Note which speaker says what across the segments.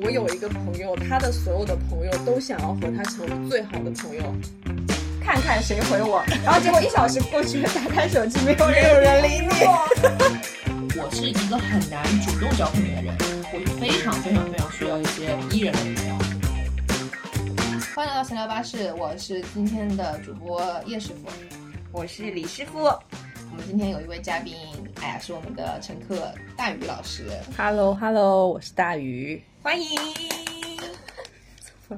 Speaker 1: 我有一个朋友，他的所有的朋友都想要和他成为最好的朋友，
Speaker 2: 看看谁回我，然后结果一小时过去了，打开手机没有人，
Speaker 1: 有人理你。
Speaker 3: 我是一个很难主动交朋友的人，我是非常非常非常需要一些伊人的朋友。欢迎来到闲聊巴士，我是今天的主播叶师傅。
Speaker 2: 我是李师傅。
Speaker 3: 我们今天有一位嘉宾，哎呀，是我们的乘客大宇老师。
Speaker 1: Hello Hello，我是大鱼。
Speaker 2: 欢迎。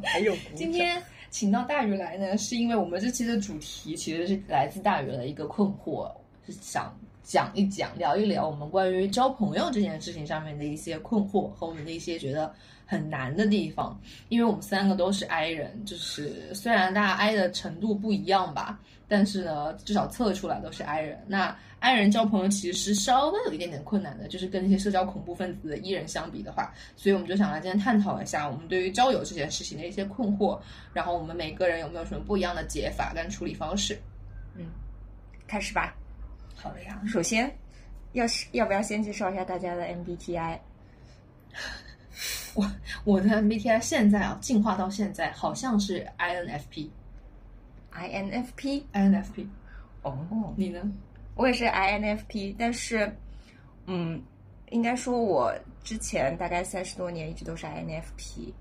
Speaker 1: 还有
Speaker 3: 今天请到大鱼来呢，是因为我们这期的主题其实是来自大鱼的一个困惑，是想讲一讲、聊一聊我们关于交朋友这件事情上面的一些困惑和我们的一些觉得很难的地方。因为我们三个都是 I 人，就是虽然大家 I 的程度不一样吧，但是呢，至少测出来都是 I 人。那 I 人交朋友其实是稍微有一点点困难的，就是跟那些社交恐怖分子的 E 人相比的话，所以我们就想来今天探讨一下我们对于交友这件事情的一些困惑，然后我们每个人有没有什么不一样的解法跟处理方式？
Speaker 2: 开始吧。
Speaker 3: 好的呀，
Speaker 2: 首先，要是要不要先介绍一下大家的 MBTI？
Speaker 3: 我的 MBTI 现在啊进化到现在好像是 INFP
Speaker 2: INFP
Speaker 3: INFP，
Speaker 2: 哦，
Speaker 3: 你呢？
Speaker 2: 我也是 INFP，但是，嗯，应该说我之前大概三十多年一直都是 INFP，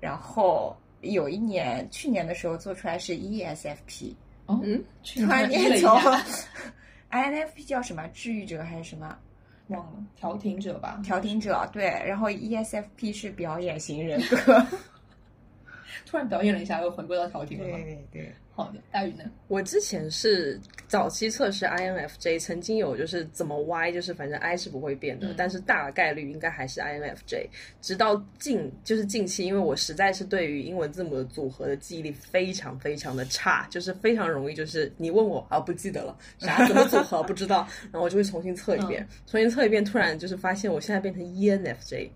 Speaker 2: 然后有一年去年的时候做出来是 E ESFP，
Speaker 3: 哦，
Speaker 1: 嗯，
Speaker 3: 去
Speaker 2: 突然
Speaker 3: 年了
Speaker 2: 间
Speaker 3: 一
Speaker 2: 从
Speaker 3: 下，
Speaker 2: INFP 叫什么治愈者还是什么
Speaker 3: 忘了调停者吧？
Speaker 2: 调停者？对，然后 E ESFP 是表演型人格。
Speaker 3: 突然表演了一下，又回归到调停了嘛。
Speaker 2: 对，
Speaker 3: 好的，大宇呢？
Speaker 1: 我之前是早期测试 INFJ，曾经有就是怎么 Y，就是反正 I 是不会变的，
Speaker 3: 嗯
Speaker 1: 但是大概率应该还是 INFJ。直到近就是近期，因为我实在是对于英文字母的组合的记忆力非常非常的差，就是非常容易就是你问我啊不记得了啥怎么组合不知道，然后我就会重新测一遍，重新测一遍，突然就是发现我现在变成 E ENFJ，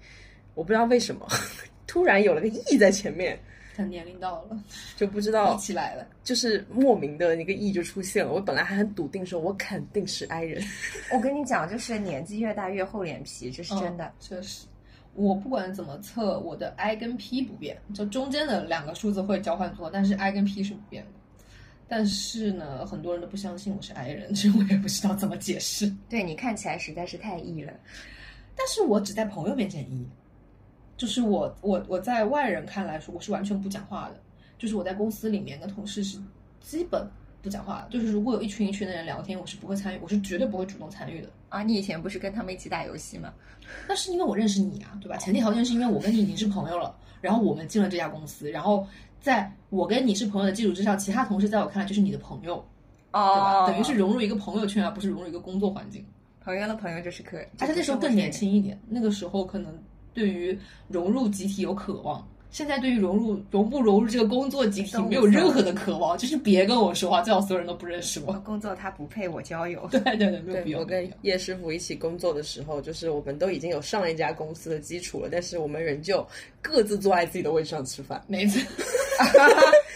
Speaker 1: 我不知道为什么 突然有了个 E 在前面，
Speaker 3: 他年龄到了，
Speaker 1: 就不知道
Speaker 3: 一起来了。
Speaker 1: 就是莫名的那个 E 就出现了。我本来还很笃定说，我肯定是 I 人，
Speaker 2: 我跟你讲，就是年纪越大越厚脸皮，这是真的。
Speaker 3: 嗯确实，我不管怎么测，我的 I 跟 P 不变，就中间的两个数字会交换做，但是 I 跟 P 是不变的。但是呢，很多人都不相信我是 I 人， 所以我也不知道怎么解释。
Speaker 2: 对你看起来实在是太 E 了。
Speaker 3: 但是我只在朋友面前 E，就是我我我在外人看来说我是完全不讲话的，就是我在公司里面跟同事是基本不讲话的，就是如果有一群一群的人聊天，我是不会参与，我是绝对不会主动参与的。
Speaker 2: 啊，你以前不是跟他们一起打游戏吗？
Speaker 3: 那是因为我认识你啊，对吧？前提条件是因为我跟你已经是朋友了，然后我们进了这家公司，然后在我跟你是朋友的基础之上，其他同事在我看来就是你的朋友，对吧？
Speaker 2: 哦，
Speaker 3: 等于是融入一个朋友圈，而不是融入一个工作环境。
Speaker 2: 朋友的朋友就是可，
Speaker 3: 而且那时候更年轻一点，那个时候可能对于融入集体有渴望。现在对于融入融不融入这个工作集体
Speaker 2: 都无
Speaker 3: 没有任何的渴望，就是别跟我说话，最好所有人都不认识
Speaker 2: 我
Speaker 3: 我。
Speaker 2: 工作他不配我交友。
Speaker 3: 对对对，没有
Speaker 1: 对
Speaker 3: 必要。
Speaker 1: 我
Speaker 3: 没有
Speaker 1: 跟
Speaker 3: 必要
Speaker 1: 叶师傅一起工作的时候，就是我们都已经有上一家公司的基础了，但是我们仍旧各自坐在自己的位置上吃 饭。
Speaker 3: 没错，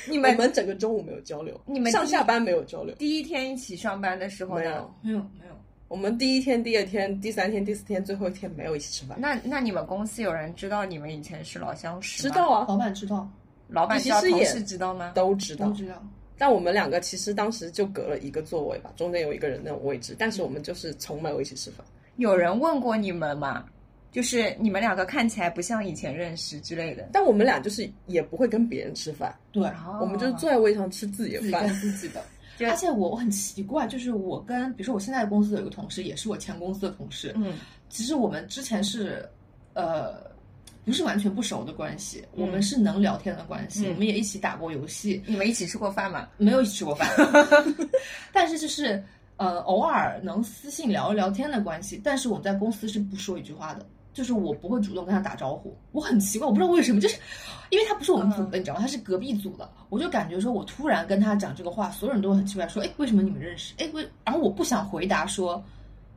Speaker 2: 你
Speaker 1: 我
Speaker 2: 们
Speaker 1: 们整个中午没有交流，
Speaker 2: 你们
Speaker 1: 上下班没有交流，
Speaker 2: 第一天一起上班的时候
Speaker 1: 没
Speaker 2: 呢
Speaker 1: 有？。
Speaker 3: 没有没有。
Speaker 1: 我们第一天、第二天、第三天、第四天、最后一天没有一起吃
Speaker 3: 嗯
Speaker 1: 饭。
Speaker 2: 那那你们公司有人知道你们以前是老相识
Speaker 1: 知
Speaker 2: 吗？
Speaker 1: 道啊，
Speaker 3: 老板知道，
Speaker 2: 老板
Speaker 1: 其
Speaker 2: 知道，
Speaker 1: 实
Speaker 2: 同
Speaker 1: 也
Speaker 2: 事知道吗？
Speaker 1: 都知
Speaker 3: 都
Speaker 1: 道。
Speaker 3: 知道。
Speaker 1: 但我们两个其实当时就隔了一个座位吧，中间有一个人的位置，但是我们就是从没有一起吃饭。
Speaker 2: 有人问过你们吗？就是你们两个看起来不像以前认识之类的。
Speaker 1: 但我们俩就是也不会跟别人吃饭，
Speaker 3: 对，
Speaker 2: 哦
Speaker 1: 我们就是坐在位上吃哦自己
Speaker 3: 自
Speaker 1: 的
Speaker 3: 己
Speaker 1: 饭
Speaker 3: 干。自己 的。
Speaker 2: 对
Speaker 3: 而且我我很奇怪，就是我跟比如说我现在公司有一个同事，也是我前公司的同事，
Speaker 2: 嗯，
Speaker 3: 其实我们之前是呃不是完全不熟的关系，
Speaker 2: 嗯
Speaker 3: 我们是能聊天的关系，
Speaker 2: 嗯
Speaker 3: 我们也一起打过游戏，
Speaker 2: 你们一起吃过饭吗？
Speaker 3: 没有一起吃过饭，但是就是呃偶尔能私信聊一聊天的关系，但是我们在公司是不说一句话的。就是我不会主动跟他打招呼，我很奇怪，我不知道为什么，就是因为他不是我们组的，你知道吗？他是隔壁组的，我就感觉说，我突然跟他讲这个话，所有人都很奇怪，说，哎，为什么你们认识？哎，为，然后我不想回答说，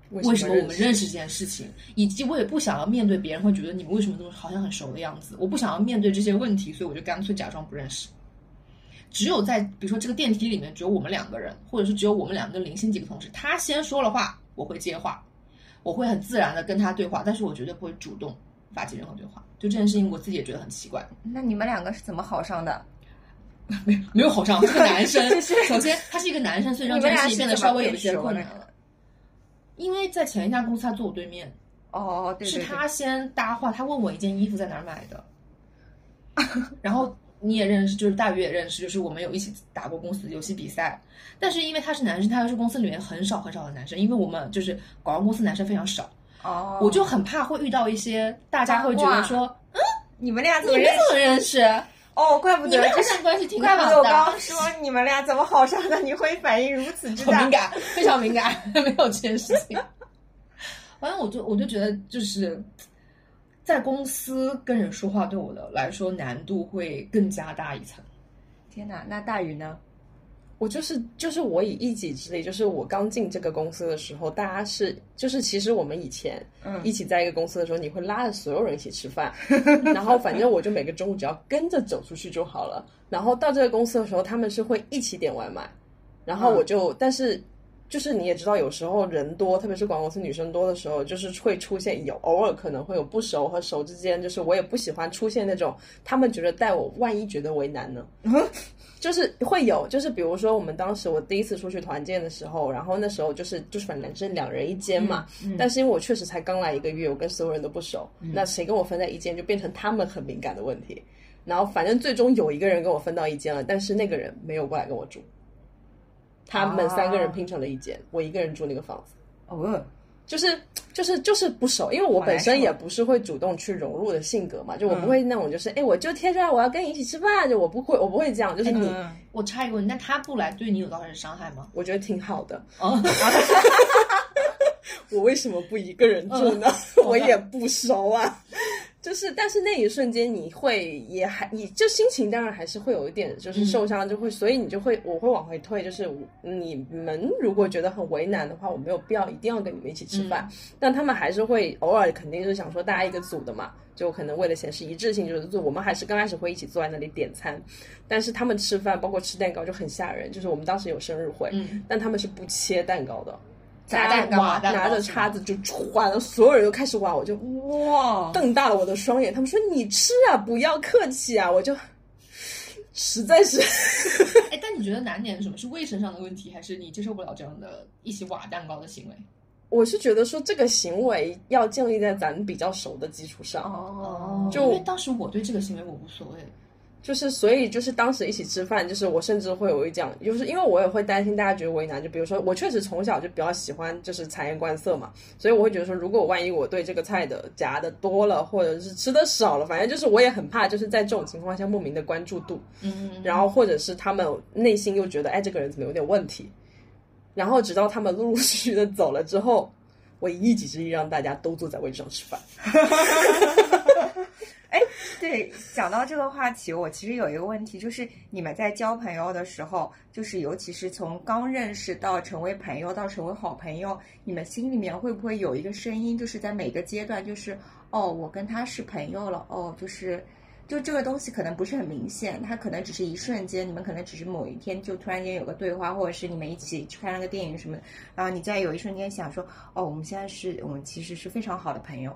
Speaker 3: 为什么我们认
Speaker 1: 识？
Speaker 3: 识这件事情，以及我也不想要面对别人会觉得你们为什么这么好像很熟的样子，我不想要面对这些问题，所以我就干脆假装不认识。只有在比如说这个电梯里面只有我们两个人，或者是只有我们两个零星几个同事，他先说了话，我会接话，我会很自然的跟他对话，但是我绝对不会主动。发起任何对话。就这件事情，我自己也觉得很奇怪，
Speaker 2: 那你们两个是怎么好上的？。
Speaker 3: 没有好上这个男 生
Speaker 2: 就是
Speaker 3: 首先，他是一个男生，所以让
Speaker 2: 你
Speaker 3: 这
Speaker 2: 们
Speaker 3: 件
Speaker 2: 俩
Speaker 3: 事
Speaker 2: 是
Speaker 3: 情变得
Speaker 2: 怎么
Speaker 3: 稍微有一
Speaker 2: 变
Speaker 3: 些
Speaker 2: 熟
Speaker 3: 困
Speaker 2: 的
Speaker 3: 难了。因为在前一家公司，他坐我对面，
Speaker 2: 哦，对对
Speaker 3: 是
Speaker 2: 对，
Speaker 3: 他先搭话，他问我一件衣服在哪儿 买的，然后你也认识，就是大鱼也认识，就是我们有一起打过公司游戏比赛。但是因为他是男生，他又是公司里面很少很少的男生，因为我们就是广告公司男生非常少，
Speaker 2: 哦，
Speaker 3: 我就很怕会遇到一些大家会觉得说
Speaker 2: 你们俩
Speaker 3: 你
Speaker 2: 怎么
Speaker 3: 们
Speaker 2: 认识？
Speaker 3: 怎么认识？
Speaker 2: 哦，怪不
Speaker 3: 你
Speaker 2: 得
Speaker 3: 们，俩
Speaker 2: 就是
Speaker 3: 这关系挺
Speaker 2: 怪
Speaker 3: 好
Speaker 2: 不得我
Speaker 3: 的
Speaker 2: 刚
Speaker 3: 啊
Speaker 2: 刚。说你们俩怎么好上的，你会反应如 此之
Speaker 3: 很
Speaker 2: 大
Speaker 3: 敏。感，非常敏 感，没有这件事情。反正我就我就觉得，就是在公司跟人说话，对我的来说难度会更加大一层。
Speaker 2: 天哪，那大鱼呢？
Speaker 1: 我就是就是我以一己之力，就是我刚进这个公司的时候，大家是就是其实我们以前
Speaker 2: 嗯
Speaker 1: 一起在一个公司的时候，你会拉着所有人一起吃 饭，然后反正我就每个中午只要跟着走出去就好了。然后到这个公司的时候，他们是会一起点外卖，然后我就、但是。就是你也知道，有时候人多，特别是广告公司女生多的时候，就是会出现有偶尔可能会有不熟和熟之间，就是我也不喜欢出现那种他们觉得带我，万一觉得为难呢？就是会有，就是比如说我们当时我第一次出去团建的时候，然后那时候就是就是反正两人一间嘛，但是因为我确实才刚来一个月，我跟所有人都不熟，那谁跟我分在一间就变成他们很敏感的问题。然后反正最终有一个人跟我分到一间了，但是那个人没有过来跟我住，他们三个人拼成了一间，我一个人住那个房子，
Speaker 2: 哦，
Speaker 1: 就是就是就是不熟，因为我本身也不是会主动去融入的性格嘛，就我不会那种就是哎、我就贴出来我要跟你一起吃饭，就我不会我不会这样，就是你。
Speaker 2: 嗯，
Speaker 3: 我插一个问题，那他不来对你有造成伤害 吗？
Speaker 1: 我觉得挺好的。
Speaker 3: 哦，
Speaker 1: 我为什么不一个人住呢？ 我也不熟啊。就是，但是那一瞬间你会也还，你就心情当然还是会有一点就是受伤，就会，所以你就会我会往回退，就是我你们如果觉得很为难的话，我没有必要一定要跟你们一起吃饭，但他们还是会偶尔肯定是想说大家一个组的嘛，就可能为了显示一致性，就是做我们还是刚开始会一起坐在那里点餐，但是他们吃饭包括吃蛋糕就很吓人，就是我们当时有生日会，
Speaker 3: 嗯，
Speaker 1: 但他们是不切蛋糕的，
Speaker 2: 砸
Speaker 1: 大家
Speaker 2: 蛋糕
Speaker 3: 哇蛋糕
Speaker 1: 拿着叉子就挖，然后所有人都开始挖，我就嗯
Speaker 2: 哇，
Speaker 1: 瞪大了我的双眼。他们说：“你吃啊，不要客气啊！”我就实在是
Speaker 3: 哎，但你觉得难点是什么？是卫生上的问题，还是你接受不了这样的一起挖蛋糕的行为？
Speaker 1: 我是觉得说这个行为要建立在咱们比较熟的基础上，
Speaker 2: 哦，
Speaker 1: 就
Speaker 3: 因为当时我对这个行为我无所谓。
Speaker 1: 就是所以就是当时一起吃饭，就是我甚至会有一讲，就是因为我也会担心大家觉得为难，就比如说我确实从小就比较喜欢就是察言观色嘛，所以我会觉得说，如果万一我对这个菜的夹的多了，或者是吃的少了，反正就是我也很怕，就是在这种情况下莫名的关注度，
Speaker 3: 嗯，
Speaker 1: 然后或者是他们内心又觉得，哎，这个人怎么有点问题，然后直到他们陆陆续续的走了之后，我以一己之力让大家都坐在位置上吃饭。
Speaker 2: 对，讲到这个话题，我其实有一个问题，就是你们在交朋友的时候，就是尤其是从刚认识到成为朋友到成为好朋友，你们心里面会不会有一个声音，就是在每个阶段，就是哦，我跟他是朋友了，哦，就是。就这个东西可能不是很明显，它可能只是一瞬间，你们可能只是某一天就突然间有个对话，或者是你们一起去看了个电影什么的，然后你在有一瞬间想说，哦，我们现在是我们其实是非常好的朋友，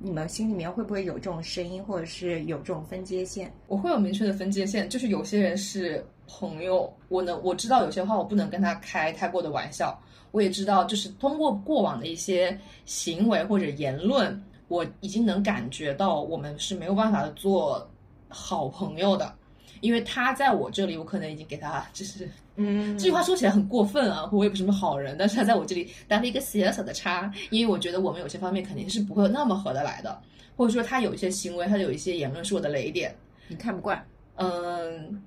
Speaker 2: 你们心里面会不会有这种声音，或者是有这种分界线？
Speaker 3: 我会有明确的分界线，就是有些人是朋友，我能我知道有些话我不能跟他开太过的玩笑，我也知道就是通过过往的一些行为或者言论，我已经能感觉到我们是没有办法做好朋友的，因为他在我这里，我可能已经给他就是
Speaker 2: 嗯
Speaker 3: 这句话说起来很过分啊，我也不是什么好人，但是他在我这里打了一个小小的叉，因为我觉得我们有些方面肯定是不会那么合得来的，或者说他有一些行为，他有一些言论是我的雷点。
Speaker 2: 你看不惯，
Speaker 3: 嗯，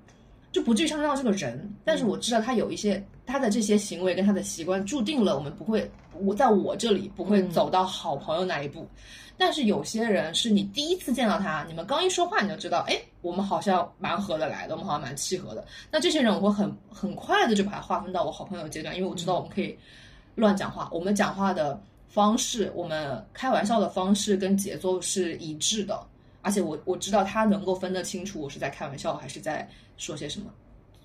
Speaker 3: 就不至于伤害到这个人，但是我知道他有一些他的这些行为跟他的习惯，注定了我们不会，我在我这里不会
Speaker 1: 嗯
Speaker 3: 走到好朋友那一步。但是有些人是你第一次见到他，你们刚一说话你就知道，哎，我们好像蛮合得来的，我们好像蛮契合的。那这些人我会很很快的就把他划分到我好朋友阶段，因为我知道我们可以乱讲话，我们讲话的方式，我们开玩笑的方式跟节奏是一致的，而且我我知道他能够分得清楚我是在开玩笑还是在说些什么，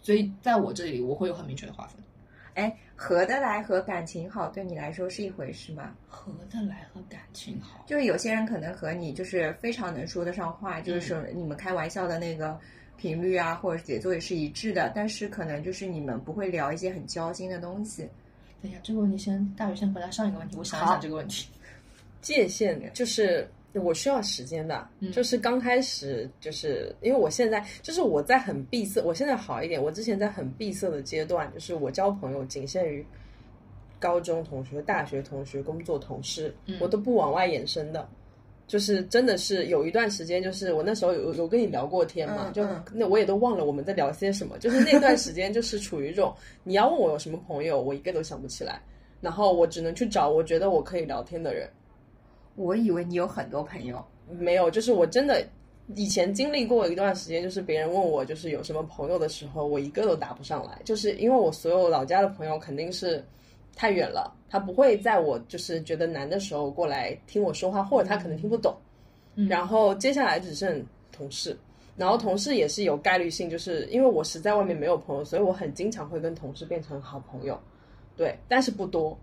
Speaker 3: 所以在我这里我会有很明确的划分。
Speaker 2: 哎，合得来和感情好对你来说是一回事吗？
Speaker 3: 合得来和感情好，
Speaker 2: 就是有些人可能和你就是非常能说得上话，就是你们开玩笑的那个频率啊，或者节奏也是一致的，但是可能就是你们不会聊一些很交心的东西。
Speaker 3: 等一下，这个问题先大宇先回答上一个问题，我想一
Speaker 2: 好
Speaker 3: 想这个问 题。
Speaker 1: 界限就是我需要时间的，
Speaker 3: 嗯
Speaker 1: 就是刚开始就是因为我现在就是我在很闭塞，我现在好一点，我之前在很闭塞的阶段，就是我交朋友仅限于高中同学、大学同学、工作同事，
Speaker 3: 嗯
Speaker 1: 我都不往外延伸的。就是真的是有一段时间，就是我那时候有有跟你聊过天嘛，
Speaker 2: 嗯
Speaker 1: 就
Speaker 2: 嗯
Speaker 1: 那我也都忘了我们在聊些什么。就是那段时间，就是处于一种你要问我有什么朋友，我一个都想不起来，然后我只能去找我觉得我可以聊天的人。
Speaker 2: 我以为你有很多朋友，
Speaker 1: 没有，就是我真的以前经历过一段时间，就是别人问我就是有什么朋友的时候，我一个都答不上来，就是因为我所有老家的朋友肯定是太远了，他不会在我就是觉得难的时候过来听我说话，或者他可能听不懂。
Speaker 3: 嗯
Speaker 1: 然后接下来只剩同事，然后同事也是有概率性，就是因为我实在外面没有朋友，所以我很经常会跟同事变成好朋友，对，但是不多，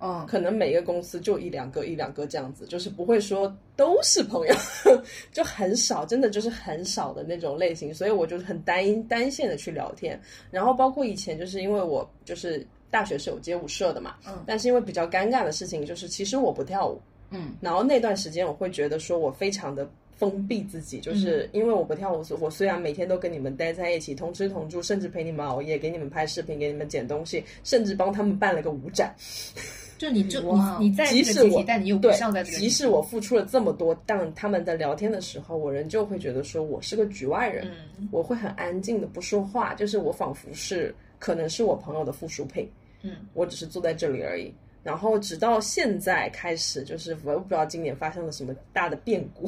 Speaker 2: 嗯，
Speaker 1: 可能每个公司就一两个一两个这样子，就是不会说都是朋友， 就很少，真的就是很少的那种类型。所以我就是很单一单线的去聊天，然后包括以前就是因为我就是大学是有街舞社的嘛，
Speaker 2: 嗯
Speaker 1: 但是因为比较尴尬的事情就是其实我不跳舞，
Speaker 2: 嗯，
Speaker 1: 然后那段时间我会觉得说我非常的封闭自己，就是因为我不跳舞，所我虽然每天都跟你们待在一起，同吃同住，甚至陪你们熬夜，给你们拍视频，给你们剪东西，甚至帮他们办了个舞展。
Speaker 3: 就你就
Speaker 2: 哇
Speaker 3: 你你在
Speaker 1: 即
Speaker 3: 这
Speaker 1: 使
Speaker 3: 个集体
Speaker 1: 我，
Speaker 3: 但你又不
Speaker 1: 对
Speaker 3: 上在这个集
Speaker 1: 即
Speaker 3: 体
Speaker 1: 使我，付出了这么多，但他们在聊天的时候，我仍旧会觉得说我是个局外人，
Speaker 3: 嗯
Speaker 1: 我会很安静的不说话，就是我仿佛是可能是我朋友的附属品，
Speaker 3: 嗯
Speaker 1: 我只是坐在这里而已。然后直到现在开始，就是我也不知道今年发生了什么大的变故，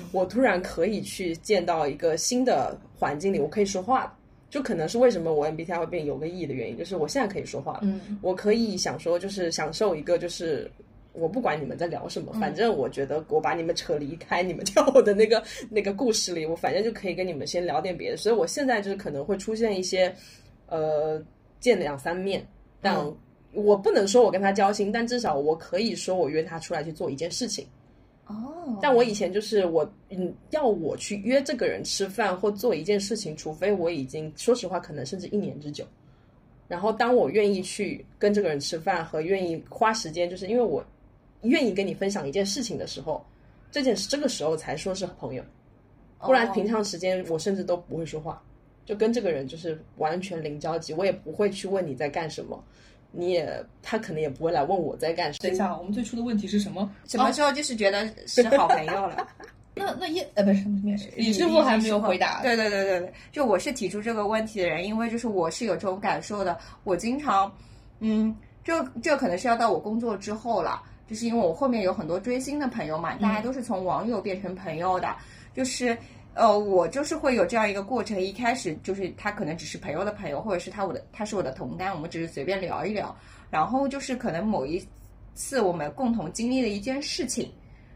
Speaker 3: 嗯
Speaker 1: 我突然可以去见到一个新的环境里，我可以说话了。就可能是为什么我 MBTI 会变有个 E 的原因，就是我现在可以说话了。
Speaker 3: 嗯
Speaker 1: 我可以想说，就是享受一个，就是我不管你们在聊什么，反正我觉得我把你们扯离开你们跳舞的那个那个故事里，我反正就可以跟你们先聊点别的。所以我现在就是可能会出现一些，呃，见两三面，但
Speaker 3: 嗯
Speaker 1: 我不能说我跟他交心，但至少我可以说我约他出来去做一件事情。
Speaker 2: 哦，
Speaker 1: 但我以前就是我，嗯，要我去约这个人吃饭或做一件事情，除非我已经说实话，可能甚至一年之久。然后当我愿意去跟这个人吃饭和愿意花时间，就是因为我愿意跟你分享一件事情的时候，这件事这个时候才说是朋友，不然
Speaker 3: 哦
Speaker 1: 平
Speaker 2: 哦
Speaker 1: 常时间我甚至都不会说话，就跟这个人就是完全零交集，我也不会去问你在干什么，你也他可能也不会来问我在干什
Speaker 3: 等一
Speaker 1: 么。
Speaker 3: 下，我们最初的问题是什么？
Speaker 2: 什么时候就是觉得是好朋友了？
Speaker 3: 那那叶呃不是面试，李师傅还没有回答。
Speaker 2: 对对对对对，就我是提出这个问题的人，因为就是我是有这种感受的。我经常，嗯，这这可能是要到我工作之后了，就是因为我后面有很多追星的朋友嘛，
Speaker 3: 嗯
Speaker 2: 大家都是从网友变成朋友的，就是。呃，我就是会有这样一个过程，一开始就是他可能只是朋友的朋友，或者是他我的他是我的同担，我们只是随便聊一聊，然后就是可能某一次我们共同经历了一件事情，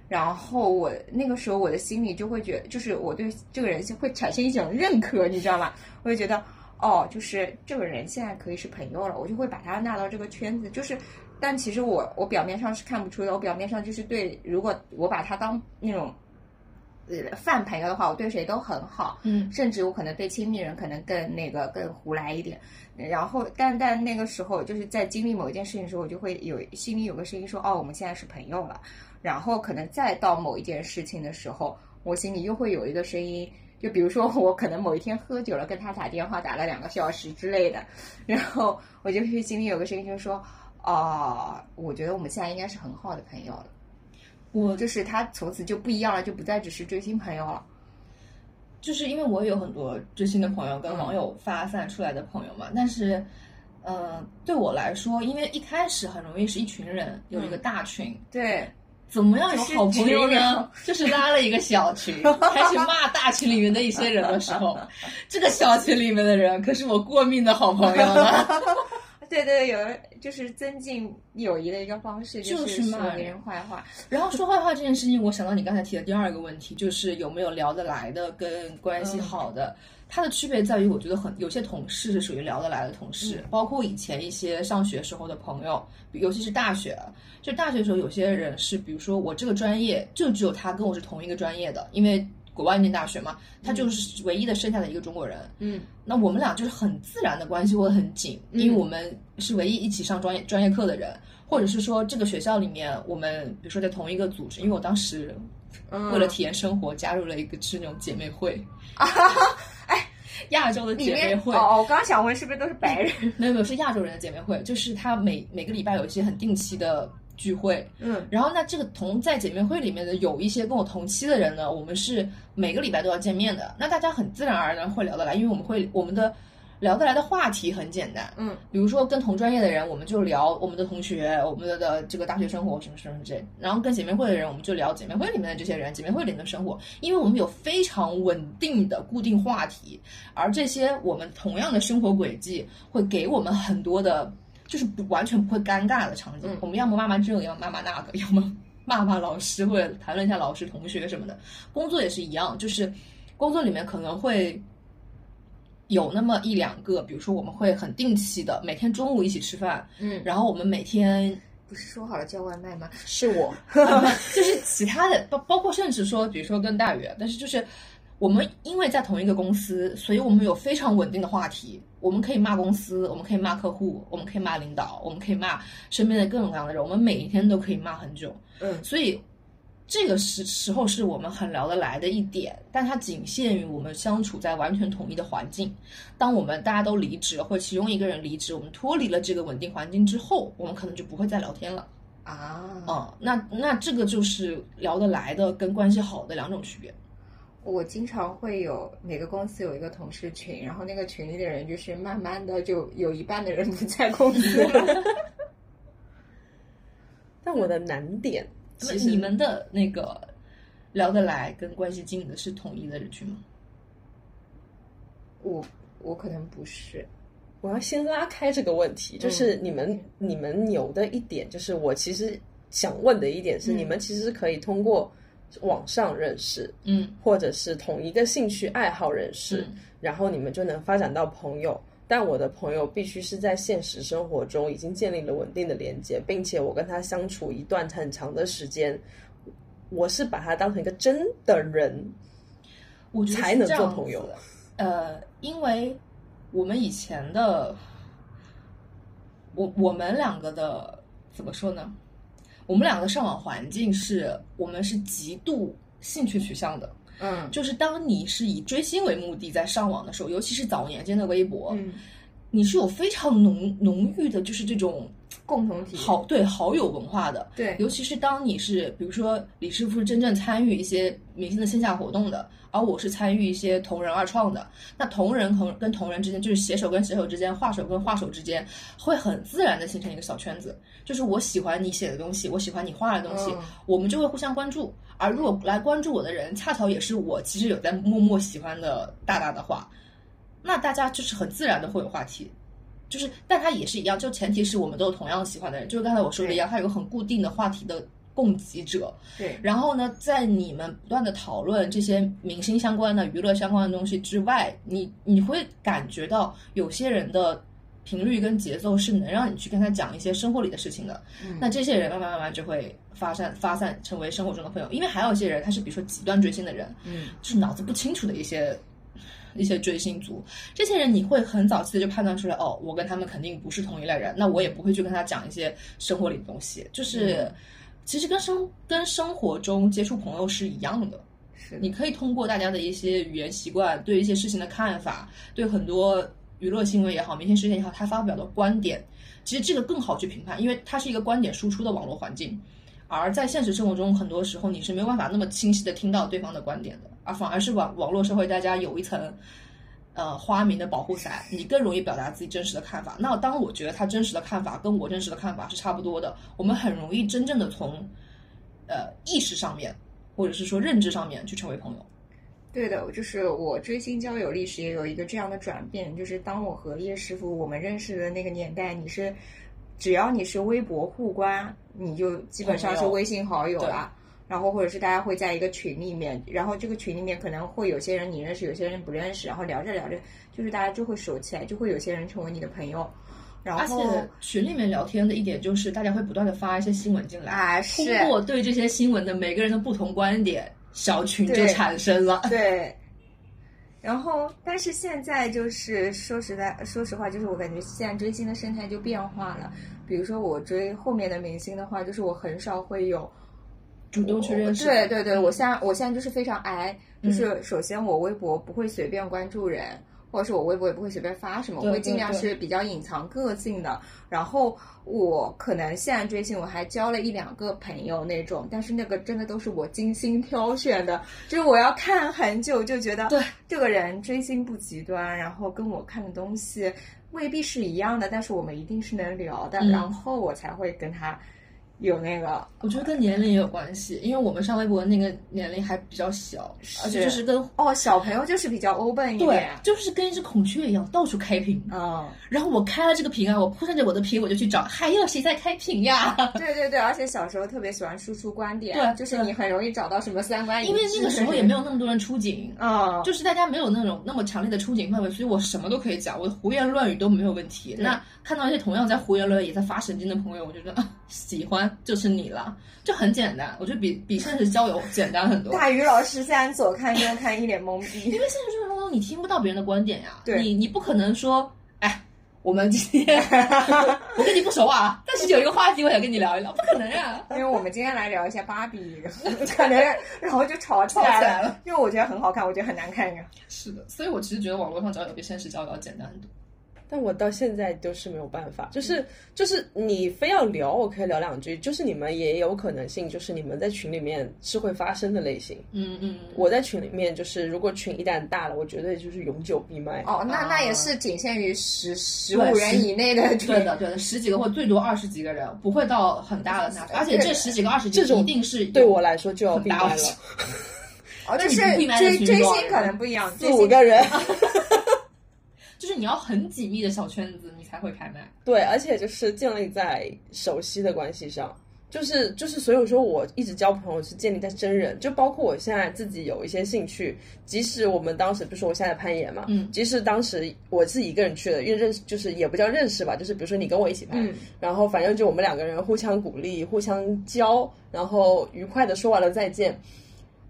Speaker 2: 然后我那个时候我的心里就会觉就是我对这个人就会产生一种认可，你知道吗？我就觉得哦，就是这个人现在可以是朋友了，我就会把他纳到这个圈子。就是，但其实我我表面上是看不出的，我表面上就是对，如果我把他当那种。呃，泛朋友的话，我对谁都很好，
Speaker 3: 嗯
Speaker 2: 甚至我可能对亲密人可能更那个更胡来一点。然后，但但那个时候就是在经历某一件事情的时候，我就会有心里有个声音说：“哦，我们现在是朋友了。”然后可能再到某一件事情的时候，我心里又会有一个声音，就比如说我可能某一天喝酒了，跟他打电话打了两个小时之类的， 然后我就是心里有个声音，就是说：“哦，我觉得我们现在应该是很好的朋友了。”
Speaker 3: 我
Speaker 2: 就是他从此就不一样了，就不再只是追星朋友了。
Speaker 3: 就是因为我有很多追星的朋友跟网友发散出来的朋友嘛，但是，呃，对我来说，因为一开始很容易是一群人有一个大群，
Speaker 2: 对，
Speaker 3: 怎么样有
Speaker 2: 就是
Speaker 3: 好朋友
Speaker 2: 群聊
Speaker 3: 呢？就是拉了一个小群，开始骂大群里面的一些人的时候，这个小群里面的人可是我过命的好朋友呢。
Speaker 2: 对对，有人就是增进友谊的一个方式，
Speaker 3: 就是是
Speaker 2: 说
Speaker 3: 嘛
Speaker 2: 别人坏话。
Speaker 3: 然后说坏话这件事情，我想到你刚才提的第二个问题，就是有没有聊得来的跟关系好的，它的区别在于，我觉得很有些同事是属于聊得来的同事，包括以前一些上学时候的朋友，尤其是大学，啊就大学时候有些人是，比如说我这个专业就只有他跟我是同一个专业的，因为国外念大学嘛，他就是唯一的剩下的一个中国人，
Speaker 1: 嗯，
Speaker 3: 那我们俩就是很自然的关系会很紧，
Speaker 1: 嗯
Speaker 3: 因为我们是唯一一起上专业专业课的人，或者是说这个学校里面，我们比如说在同一个组织，因为我当时
Speaker 1: 嗯
Speaker 3: 为了体验生活，加入了一个是那种姐妹会， 哎，亚洲的
Speaker 2: 啊里
Speaker 3: 姐妹
Speaker 2: 面
Speaker 3: 会，
Speaker 2: 哦，我刚想问是不是都是白 人？
Speaker 3: 没有没有是亚洲人的姐妹会，就是他每每个礼拜有一些很定期的聚会，
Speaker 1: 嗯
Speaker 3: 然后那这个同在姐妹会里面的有一些跟我同期的人呢，我们是每个礼拜都要见面的。那大家很自然而然会聊得来，因为我们会我们的聊得来的话题很简单，
Speaker 2: 嗯，
Speaker 3: 比如说跟同专业的人，我们就聊我们的同学、我们的这个大学生活什么什么之类；然后跟姐妹会的人，我们就聊姐妹会里面的这些人、姐妹会里面的生活，因为我们有非常稳定的固定话题，而这些我们同样的生活轨迹会给我们很多的，就是不完全不会尴尬的场景。
Speaker 1: 嗯
Speaker 3: 我们要么骂骂这个，要么骂骂那个，要么骂骂老师，或者谈论一下老师、同学什么的。工作也是一样，就是工作里面可能会有那么一两个，比如说我们会很定期的每天中午一起吃饭，
Speaker 2: 嗯，
Speaker 3: 然后我们每天啊
Speaker 2: 不是说好了叫外卖吗？
Speaker 1: 是我，
Speaker 3: 就是其他的包包括甚至说，比如说跟大宇，但是就是我们因为在同一个公司，所以我们有非常稳定的话题，我们可以骂公司，我们可以骂客户，我们可以骂领导，我们可以骂身边的各种各样的人，我们每一天都可以骂很久。
Speaker 1: 嗯
Speaker 3: 所以这个时时候是我们很聊得来的一点，但它仅限于我们相处在完全统一的环境。当我们大家都离职，或者其中一个人离职，我们脱离了这个稳定环境之后，我们可能就不会再聊天了。
Speaker 2: 啊，
Speaker 3: 嗯，那那这个就是聊得来的跟关系好的两种区别。
Speaker 2: 我经常会有每个公司有一个同事群，然后那个群里的人就是慢慢的就有一半的人不在公司 了。
Speaker 1: 但我的难点，
Speaker 3: 那
Speaker 1: 其实
Speaker 3: 你们的那个聊得来跟关系经营的是统一的人群吗？
Speaker 2: 我我可能不是，
Speaker 1: 我要先拉开这个问
Speaker 3: 嗯
Speaker 1: 题，就是你们、你们牛的一点，就是我其实想问的一点是，
Speaker 3: 嗯
Speaker 1: 你们其实可以通过网上认识，
Speaker 3: 嗯，
Speaker 1: 或者是同一个兴趣爱好认识，
Speaker 3: 嗯
Speaker 1: 然后你们就能发展到朋友。但我的朋友必须是在现实生活中已经建立了稳定的连接，并且我跟他相处一段很长的时间，我是把他当成一个真的人。
Speaker 3: 我觉得
Speaker 1: 才
Speaker 3: 是
Speaker 1: 能
Speaker 3: 这
Speaker 1: 做
Speaker 3: 样
Speaker 1: 朋友啊
Speaker 3: 子的。呃，因为我们以前的，我我们两个的怎么说呢？我们两个上网环境是我们是极度兴趣取向的，
Speaker 2: 嗯
Speaker 3: 就是当你是以追星为目的在上网的时候，尤其是早年间的微博，
Speaker 2: 嗯
Speaker 1: 嗯
Speaker 3: 你是有非常浓浓郁的，就是这种
Speaker 2: 共同体
Speaker 3: 好对好友文化的。
Speaker 2: 对
Speaker 3: 尤其是当你是，比如说李师傅是真正参与一些明星的线下活动的，而我是参与一些同人二创的，那同人和跟同人之间，就是写手跟写手之间，画手跟画手之间，会很自然的形成一个小圈子。就是我喜欢你写的东西，我喜欢你画的东西，
Speaker 2: 嗯
Speaker 3: 我们就会互相关注。而如果来关注我的人，恰巧也是我其实有在默默喜欢的大大的话，那大家就是很自然的会有话题。就是，但它也是一样，就前提是我们都有同样喜欢的人，就是刚才我说的一样，它有个很固定的话题的供给者。
Speaker 2: 对
Speaker 3: 然后呢，在你们不断的讨论这些明星相关的、娱乐相关的东西之外，你你会感觉到有些人的频率跟节奏是能让你去跟他讲一些生活里的事情的。
Speaker 2: 嗯
Speaker 3: 那这些人慢慢慢慢就会发散发散成为生活中的朋友，因为还有一些人他是比如说极端追星的人，
Speaker 2: 嗯
Speaker 3: 就是脑子不清楚的一些一些追星族，这些人你会很早期的就判断出来，哦，我跟他们肯定不是同一类人，那我也不会去跟他讲一些生活里的东西，就是。
Speaker 2: 嗯
Speaker 3: 其实跟生跟生活中接触朋友是一样的，
Speaker 2: 是
Speaker 3: 你可以通过大家的一些语言习惯、对一些事情的看法、对很多娱乐新闻也好、明星事件也好，他发表的观点，其实这个更好去评判，因为它是一个观点输出的网络环境。而在现实生活中，很多时候你是没有办法那么清晰的听到对方的观点的，而反而是网网络社会大家有一层。呃，花名的保护伞，你更容易表达自己真实的看法。那当我觉得他真实的看法跟我真实的看法是差不多的，我们很容易真正的从呃意识上面，或者是说认知上面去成为朋友。
Speaker 2: 对的，就是我追星交友历史也有一个这样的转变，就是当我和叶师傅我们认识的那个年代，你是只要你是微博互关，你就基本上
Speaker 3: 朋
Speaker 2: 是
Speaker 3: 友
Speaker 2: 微信好友
Speaker 3: 对
Speaker 2: 啦。然后或者是大家会在一个群里面，然后这个群里面可能会有些人你认识，有些人不认识，然后聊着聊着，就是大家就会熟起来，就会有些人成为你的朋友。然
Speaker 3: 而
Speaker 2: 后
Speaker 3: 且群里面聊天的一点就是，大家会不断的发一些新闻进来，
Speaker 2: 啊，
Speaker 3: 通
Speaker 2: 是
Speaker 3: 过对这些新闻的每个人的不同观点，小群就
Speaker 2: 对
Speaker 3: 产生了。
Speaker 2: 对。然后，但是现在就是说实在，说实话，就是我感觉现在追星的生态就变化了。比如说我追后面的明星的话，就是我很少会有
Speaker 3: 主动去认识
Speaker 2: 对
Speaker 3: 的，
Speaker 2: 对对，我现在我现在就是非常挨，
Speaker 3: 嗯
Speaker 2: 就是首先我微博不会随便关注人，或者是我微博也不会随便发什么，
Speaker 3: 对
Speaker 2: 我会尽
Speaker 3: 对
Speaker 2: 量
Speaker 3: 对
Speaker 2: 是比较隐藏个性的。然后我可能现在追星，我还交了一两个朋友那种，但是那个真的都是我精心挑选的，就是我要看很久就觉得
Speaker 3: 对
Speaker 2: 这个人追星不极端，然后跟我看的东西未必是一样的，但是我们一定是能聊的，
Speaker 3: 嗯
Speaker 2: 然后我才会跟他有那个
Speaker 3: 我觉得跟年龄也有关系，因为我们上微博那个年龄还比较小，而且就是跟
Speaker 2: 哦，小朋友就是比较 open 一
Speaker 3: 对
Speaker 2: 点。，
Speaker 3: 就是跟一只孔雀一样到处开屏。
Speaker 2: 嗯，
Speaker 3: 然后我开了这个屏啊，我扑扇着我的屏，我就去找，还有谁在开屏呀？
Speaker 2: 对对对，而且小时候特别喜欢输出观点，
Speaker 3: 嗯对
Speaker 2: 就是你很容易找到什么三观一致，
Speaker 3: 因为那个时候也没有那么多人出警，
Speaker 2: 嗯，
Speaker 3: 就是大家没有那种那么强烈的出警氛围，所以我什么都可以讲，我胡言乱语都没有问题。
Speaker 2: 对
Speaker 3: 那看到一些同样在胡言乱语、也在发神经的朋友，我就觉得啊喜欢就是你了，就很简单。我觉得比比现实交友简单很多。
Speaker 2: 大鱼老师现在左看右看，一脸懵逼
Speaker 3: 因。为现实生活中你听不到别人的观点呀，
Speaker 2: 对
Speaker 3: 你你不可能说，哎，我们今 天我跟你不熟啊，但是有一个话题我想跟你聊一聊，不可能呀、
Speaker 2: 因为我们今天来聊一下芭比，可能然后就 吵起
Speaker 3: 吵
Speaker 2: 来
Speaker 3: 起来
Speaker 2: 了。因为我觉得很好看，我觉得很难看呀。
Speaker 3: 是的，所以我其实觉得网络上交友比现实交友要简单很多。
Speaker 1: 但我到现在就是没有办法，就是就是你非要聊，我可以聊两句，就是你们也有可能性，就是你们在群里面是会发生的类型。
Speaker 3: 嗯嗯，
Speaker 1: 我在群里面就是，如果群一旦大了，我绝对就是永久闭麦。
Speaker 2: 哦，那
Speaker 3: 啊
Speaker 2: 那也是仅限于十十
Speaker 3: 对
Speaker 2: 五
Speaker 3: 十
Speaker 2: 人以内的
Speaker 3: 对
Speaker 2: 群。
Speaker 3: 的对的，十几个或最多二十几个人，不会到很 大的那种，而且这十几个二十几
Speaker 1: 这
Speaker 3: 个
Speaker 1: 种
Speaker 3: 一定是有
Speaker 1: 对我来说就要闭麦
Speaker 3: 很大
Speaker 1: 了，
Speaker 2: 哦，但
Speaker 3: 你
Speaker 2: 是
Speaker 3: 不明白的
Speaker 2: 追
Speaker 3: 群
Speaker 2: 追
Speaker 3: 众
Speaker 2: 星可能不一样，
Speaker 1: 四
Speaker 2: 追
Speaker 1: 五
Speaker 2: 星
Speaker 1: 个人。
Speaker 3: 就是你要很紧密的小圈子，你才会开麦。啊
Speaker 1: 对，而且就是建立在熟悉的关系上，就是就是，所以我说我一直交朋友是建立在真人，就包括我现在自己有一些兴趣，即使我们当时，比如说我现在攀岩嘛，
Speaker 3: 嗯
Speaker 1: 即使当时我是一个人去的，因为认识就是也不叫认识吧，就是比如说你跟我一起攀，
Speaker 2: 嗯
Speaker 1: 然后反正就我们两个人互相鼓励，互相教，然后愉快的说完了再见，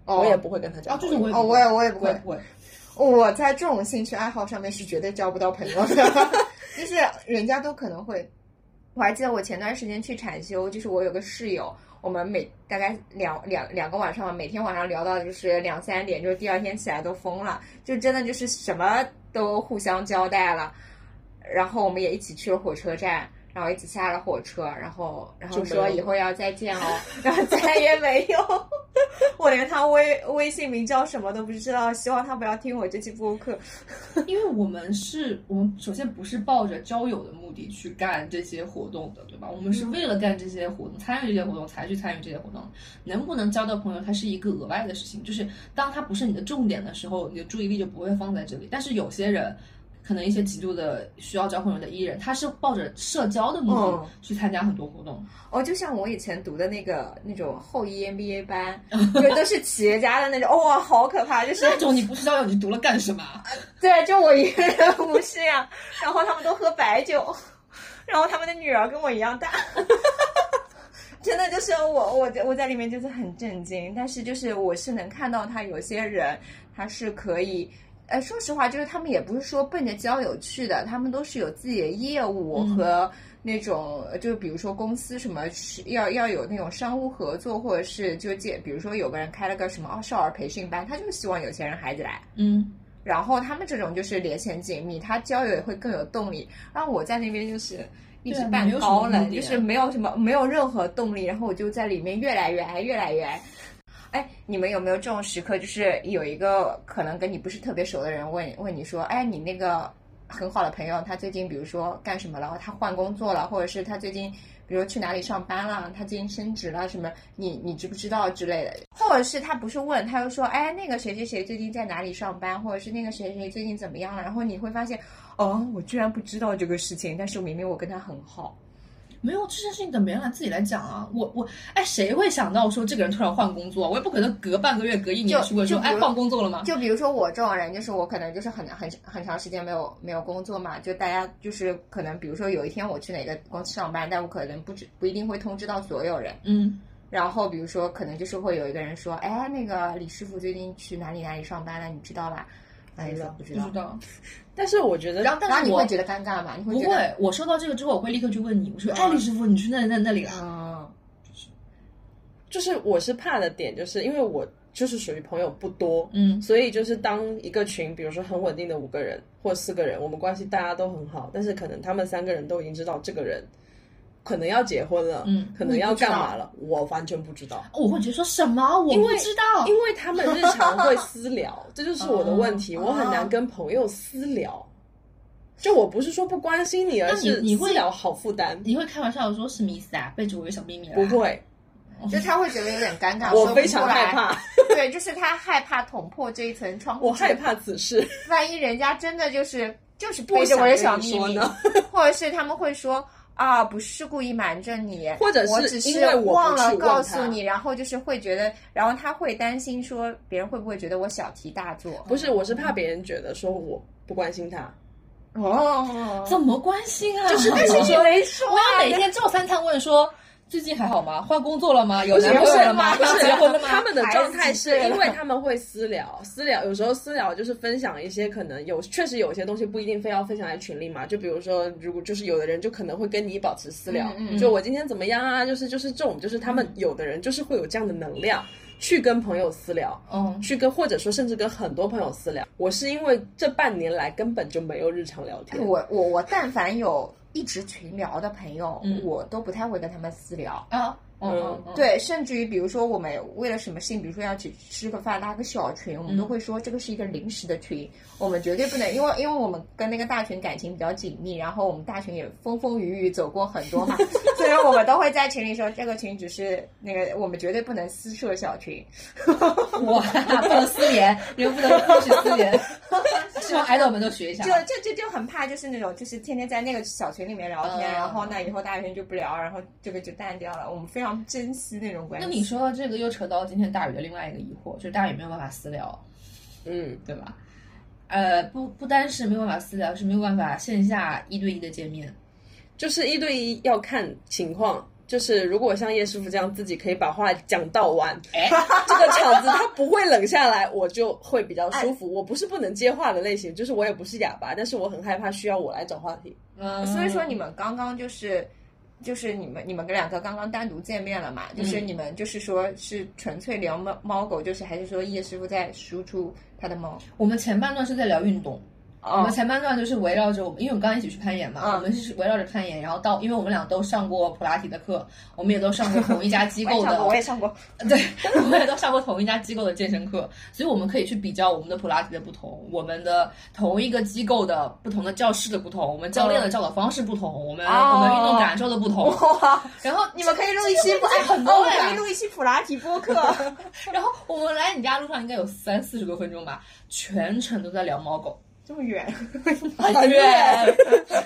Speaker 2: 哦
Speaker 1: 我也不会跟他交
Speaker 3: 啊，
Speaker 1: 朋
Speaker 3: 就
Speaker 1: 友。
Speaker 3: 是我也
Speaker 2: 哦，我也我也不
Speaker 3: 我
Speaker 2: 会
Speaker 3: 也，不会，
Speaker 2: 我在这种兴趣爱好上面是绝对交不到朋友的，就是人家都可能会。我还记得我前段时间去禅修，就是我有个室友，我们每大概两两两个晚上，每天晚上聊到就是两三点，就是第二天起来都疯了，就真的就是什么都互相交代了。然后我们也一起去了火车站，然后一起下了火车，然后然后
Speaker 1: 就没
Speaker 2: 说
Speaker 1: 有
Speaker 2: 以后要再见哦， 然后再也没有。 我连他微微信名叫什么都不知道，希望他不要听我这期播客。
Speaker 3: 因为我们是我们首先不是抱着交友的目的去干这些活动的，对吧？我们是为了干这些活动、参与这些活动才去参与这些活动。能不能交到朋友，它是一个额外的事情。就是当它不是你的重点的时候，你的注意力就不会放在这里。但是有些人，可能一些极度的需要交朋友的艺人，他是抱着社交的目的
Speaker 2: 嗯
Speaker 3: 去参加很多活动。
Speaker 2: 哦，就像我以前读的那个那种后医 MBA 班，就都是企业家的那种，哦哇，好可怕！就是
Speaker 3: 这种你不去交友，你读了干什么？啊
Speaker 2: 对，就我一个人不是呀。然后他们都喝白酒，然后他们的女儿跟我一样大。 真的就是我，我在我在里面就是很震惊，但是就是我是能看到他有些人他是可以，呃，说实话，就是他们也不是说奔着交友去的，他们都是有自己的业务
Speaker 3: 嗯
Speaker 2: 和那种，呃就是比如说公司什么是要要有那种商务合作，或者是就借，比如说有个人开了个什么哦少儿培训班，他就希望有钱人孩子来，
Speaker 3: 嗯，
Speaker 2: 然后他们这种就是连线紧密，他交友也会更有动力。然后我在那边就是一直
Speaker 3: 对啊
Speaker 2: 扮
Speaker 3: 没有什么
Speaker 2: 高
Speaker 3: 目
Speaker 2: 冷，
Speaker 3: 的
Speaker 2: 就是没有什么没有任何动力，然后我就在里面越来越矮，越来越矮。哎，你们有没有这种时刻，就是有一个可能跟你不是特别熟的人问问你说，哎，你那个很好的朋友，他最近比如说干什么了，他换工作了，或者是他最近比如去哪里上班了，他最近升职了什么，你你知不知道之类的，或者是他不是问，他又说，哎，那个谁谁谁最近在哪里上班，或者是那个谁谁最近怎么样了，然后你会发现，哦，我居然不知道这个事情，但是明明我跟他很好，
Speaker 3: 没有这件事情等别人来自己来讲啊。我我哎，谁会想到说这个人突然换工作？我也不可能隔半个月、隔一年
Speaker 2: 就
Speaker 3: 去问说，
Speaker 2: 就比
Speaker 3: 哎
Speaker 2: 如，
Speaker 3: 换工作了吗？
Speaker 2: 就比如说我这种人，就是我可能就是很很很长时间没有没有工作嘛，就大家就是可能比如说有一天我去哪个公司上班，但我可能不知不一定会通知到所有人。
Speaker 3: 嗯
Speaker 2: 然后比如说可能就是会有一个人说，哎，那个李师傅最近去哪里哪里上班了，你知道吧？哎，
Speaker 1: 知道
Speaker 2: 不知
Speaker 3: 不
Speaker 2: 道
Speaker 3: 知。道。
Speaker 1: 但是我觉得，
Speaker 3: 然后，
Speaker 2: 然
Speaker 3: 但
Speaker 2: 后
Speaker 3: 是
Speaker 2: 你
Speaker 3: 我
Speaker 2: 会觉得尴尬吗？你会
Speaker 3: 不
Speaker 2: 觉得
Speaker 3: 会，我收到这个之后，我会立刻去问你，我说，哎，李师傅，你去那那那里啊了？
Speaker 2: 嗯
Speaker 1: 就是我是怕的点，就是因为我就是属于朋友不多，
Speaker 3: 嗯
Speaker 1: 所以就是当一个群，比如说很稳定的五个人或四个人，我们关系大家都很好，但是可能他们三个人都已经知道这个人可能要结婚了，
Speaker 3: 嗯
Speaker 1: 可能要干嘛了，我完全不知道。
Speaker 3: 我会觉得说什么？我
Speaker 1: 因
Speaker 3: 不
Speaker 1: 为
Speaker 3: 知道。
Speaker 1: 因为他们日常会私聊，这就是我的问题，
Speaker 3: 哦
Speaker 1: 我很难跟朋友私聊。就我不是说不关心你，而
Speaker 3: 你
Speaker 1: 是
Speaker 3: 你会
Speaker 1: 私聊好负担。
Speaker 3: 你会开玩笑地说什么意思啊？背着我有小秘密了？
Speaker 1: 不，会，
Speaker 2: 就他会觉得有点尴尬，
Speaker 1: 我
Speaker 2: 说不
Speaker 1: 非常
Speaker 2: 出来
Speaker 1: 害。 怕，
Speaker 2: 对，就是他害怕捅破这一层窗户纸。
Speaker 1: 我害怕此事。
Speaker 2: 万一人家真的就是就是
Speaker 1: 不
Speaker 2: 背着
Speaker 1: 想
Speaker 2: 我的
Speaker 1: 跟
Speaker 2: 小
Speaker 1: 你
Speaker 2: 秘
Speaker 1: 说
Speaker 2: 密
Speaker 1: 呢，
Speaker 2: 或者是他们会说啊，不是故意瞒着你，
Speaker 1: 或者是
Speaker 2: 我只
Speaker 1: 因
Speaker 2: 是
Speaker 1: 为我不
Speaker 2: 忘
Speaker 1: 去
Speaker 2: 了
Speaker 1: 问
Speaker 2: 告诉
Speaker 1: 他
Speaker 2: 你，然后就是会觉得，然后他会担心说别人会不会觉得我小题大做？
Speaker 1: 不是，我是怕别人觉得说我不关心他。
Speaker 2: 哦，
Speaker 3: 怎么关心啊？
Speaker 1: 就是
Speaker 3: 但
Speaker 1: 但
Speaker 3: 是
Speaker 1: 是
Speaker 3: 你
Speaker 1: 你
Speaker 3: 没
Speaker 2: 说啊
Speaker 3: 我要每天照三餐问说最近还好吗？换工作了吗？有
Speaker 1: 不是
Speaker 3: 男
Speaker 1: 不
Speaker 3: 朋
Speaker 1: 是
Speaker 3: 友了吗？
Speaker 1: 不是
Speaker 3: 结婚了吗？
Speaker 1: 他们的状态是
Speaker 2: 孩子
Speaker 1: 因为他们会私聊，私聊有时候私聊就是分享一些可能有确实有些东西不一定非要分享在群里嘛，就比如说如果就是有的人就可能会跟你保持私聊，
Speaker 2: 嗯嗯
Speaker 1: 就我今天怎么样啊，就是就是这种就是他们有的人就是会有这样的能量去跟朋友私聊。
Speaker 3: 嗯，
Speaker 1: 去跟或者说甚至跟很多朋友私聊，我是因为这半年来根本就没有日常聊
Speaker 3: 啊
Speaker 1: 天，
Speaker 2: 哎我我我但凡有一直群聊的朋友，
Speaker 3: 嗯
Speaker 2: 我都不太会跟他们私聊。
Speaker 3: 啊，嗯嗯，嗯，
Speaker 2: 对，甚至于比如说我们为了什么事情，比如说要去吃个饭拉个小群，我们都
Speaker 3: 嗯
Speaker 2: 会说这个是一个临时的群，我们绝对不能，因为因为我们跟那个大群感情比较紧密，然后我们大群也风风雨雨走过很多 嘛，所以我们都会在群里说这个群只是那个，我们绝对不能私设小群。
Speaker 3: 哇，不能私联，你们不能不许私联， 希望 idol 们都学一下
Speaker 2: 就。这这就很怕，就是那种就是天天在那个小群里面聊天，
Speaker 3: 嗯
Speaker 2: 然后那以后大群就不聊，然后这个就淡掉了。我们非常珍惜那种关
Speaker 3: 那
Speaker 2: 系。
Speaker 3: 你说到这个，又扯到今天大宇的另外一个疑惑，就是大宇没有办法私聊，
Speaker 1: 嗯，
Speaker 3: 对吧？呃，不不单是没有办法私聊，是没有办法线下一对一的见面。
Speaker 1: 就是一对一要看情况。就是如果像叶师傅这样自己可以把话讲到完，
Speaker 3: 哎，
Speaker 1: 这个场子它不会冷下来，我就会比较舒
Speaker 2: 哎
Speaker 1: 服。我不是不能接话的类型，就是我也不是哑巴，但是我很害怕需要我来找话 题。
Speaker 3: 嗯
Speaker 2: 所以说你们刚刚就是。就是你们你们两个刚刚单独见面了嘛？就是
Speaker 3: 嗯
Speaker 2: 你们就是说是纯粹聊猫猫狗，就是还是说叶师傅在输出他的猫？
Speaker 3: 我们前半段是在聊运动，我
Speaker 2: 哦
Speaker 3: 们，前半段就是围绕着我们，因为我们刚刚一起去攀岩嘛，
Speaker 2: 嗯
Speaker 3: 我们是围绕着攀岩，然后到，因为我们俩都上过普拉提的课，我们也都上过同一家 机
Speaker 2: 我也
Speaker 3: 构
Speaker 2: 上
Speaker 3: 的，
Speaker 2: 哦过，我也上过。
Speaker 3: 对，我们也都上过同一家机构的健身课，所以我们可以去比较我们的普拉提的不同，我们的同一个机构的不同的教室的不同，我们教练的教导方式不同，我们、
Speaker 2: 哦
Speaker 3: 我们运动感受的不同，
Speaker 2: 哇，
Speaker 3: 然后
Speaker 2: 你们可以录一期普
Speaker 3: 这
Speaker 2: 哎，
Speaker 3: 个很
Speaker 2: 哦我
Speaker 3: 多
Speaker 2: 们
Speaker 3: 呀
Speaker 2: 可以录一期普拉提播客。
Speaker 3: 然后我们来你家路上应该有三四十多分钟吧，全程都在聊猫狗。
Speaker 2: 这么远，
Speaker 3: 很远，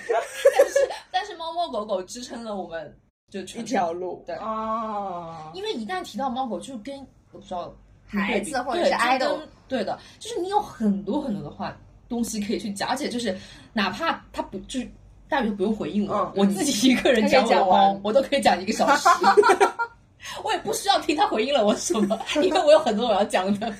Speaker 3: 但是但是猫猫狗狗支撑了我们就全
Speaker 1: 一条路，
Speaker 3: 对
Speaker 2: 哦，
Speaker 3: 因为一旦提到猫狗，就跟我不知道
Speaker 2: 孩子
Speaker 3: 对比
Speaker 2: 或者是
Speaker 3: 对就
Speaker 2: idol
Speaker 3: 跟对的，就是你有很多很多的话东西可以去讲，而且就是哪怕他不就是大宇不用回应我，
Speaker 2: 嗯
Speaker 3: 我自己一个人
Speaker 1: 他可以
Speaker 3: 讲我的
Speaker 1: 讲
Speaker 3: 猫
Speaker 1: 完，
Speaker 3: 我都可以讲一个小时。 我也不需要听他回应了我什么，因为我有很多我要讲的。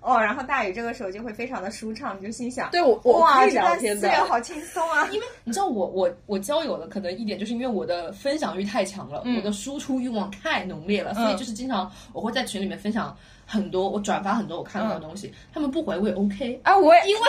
Speaker 2: 哦，然后大宇这个时候就会非常的舒畅，就心想，
Speaker 1: 对我我
Speaker 2: 哇，
Speaker 1: 可以
Speaker 2: 这
Speaker 1: 聊
Speaker 2: 段
Speaker 1: 天
Speaker 2: 私
Speaker 1: 的，
Speaker 2: 聊好轻松 啊。
Speaker 3: 因为你知道我我我交友的可能一点就是因为我的分享欲太强了，
Speaker 2: 嗯
Speaker 3: 我的输出欲望太浓烈了，
Speaker 2: 嗯
Speaker 3: 所以就是经常我会在群里面分享很多，我转发很多我看到的东西，他们不回我也 OK，
Speaker 2: 啊，我也
Speaker 3: 因为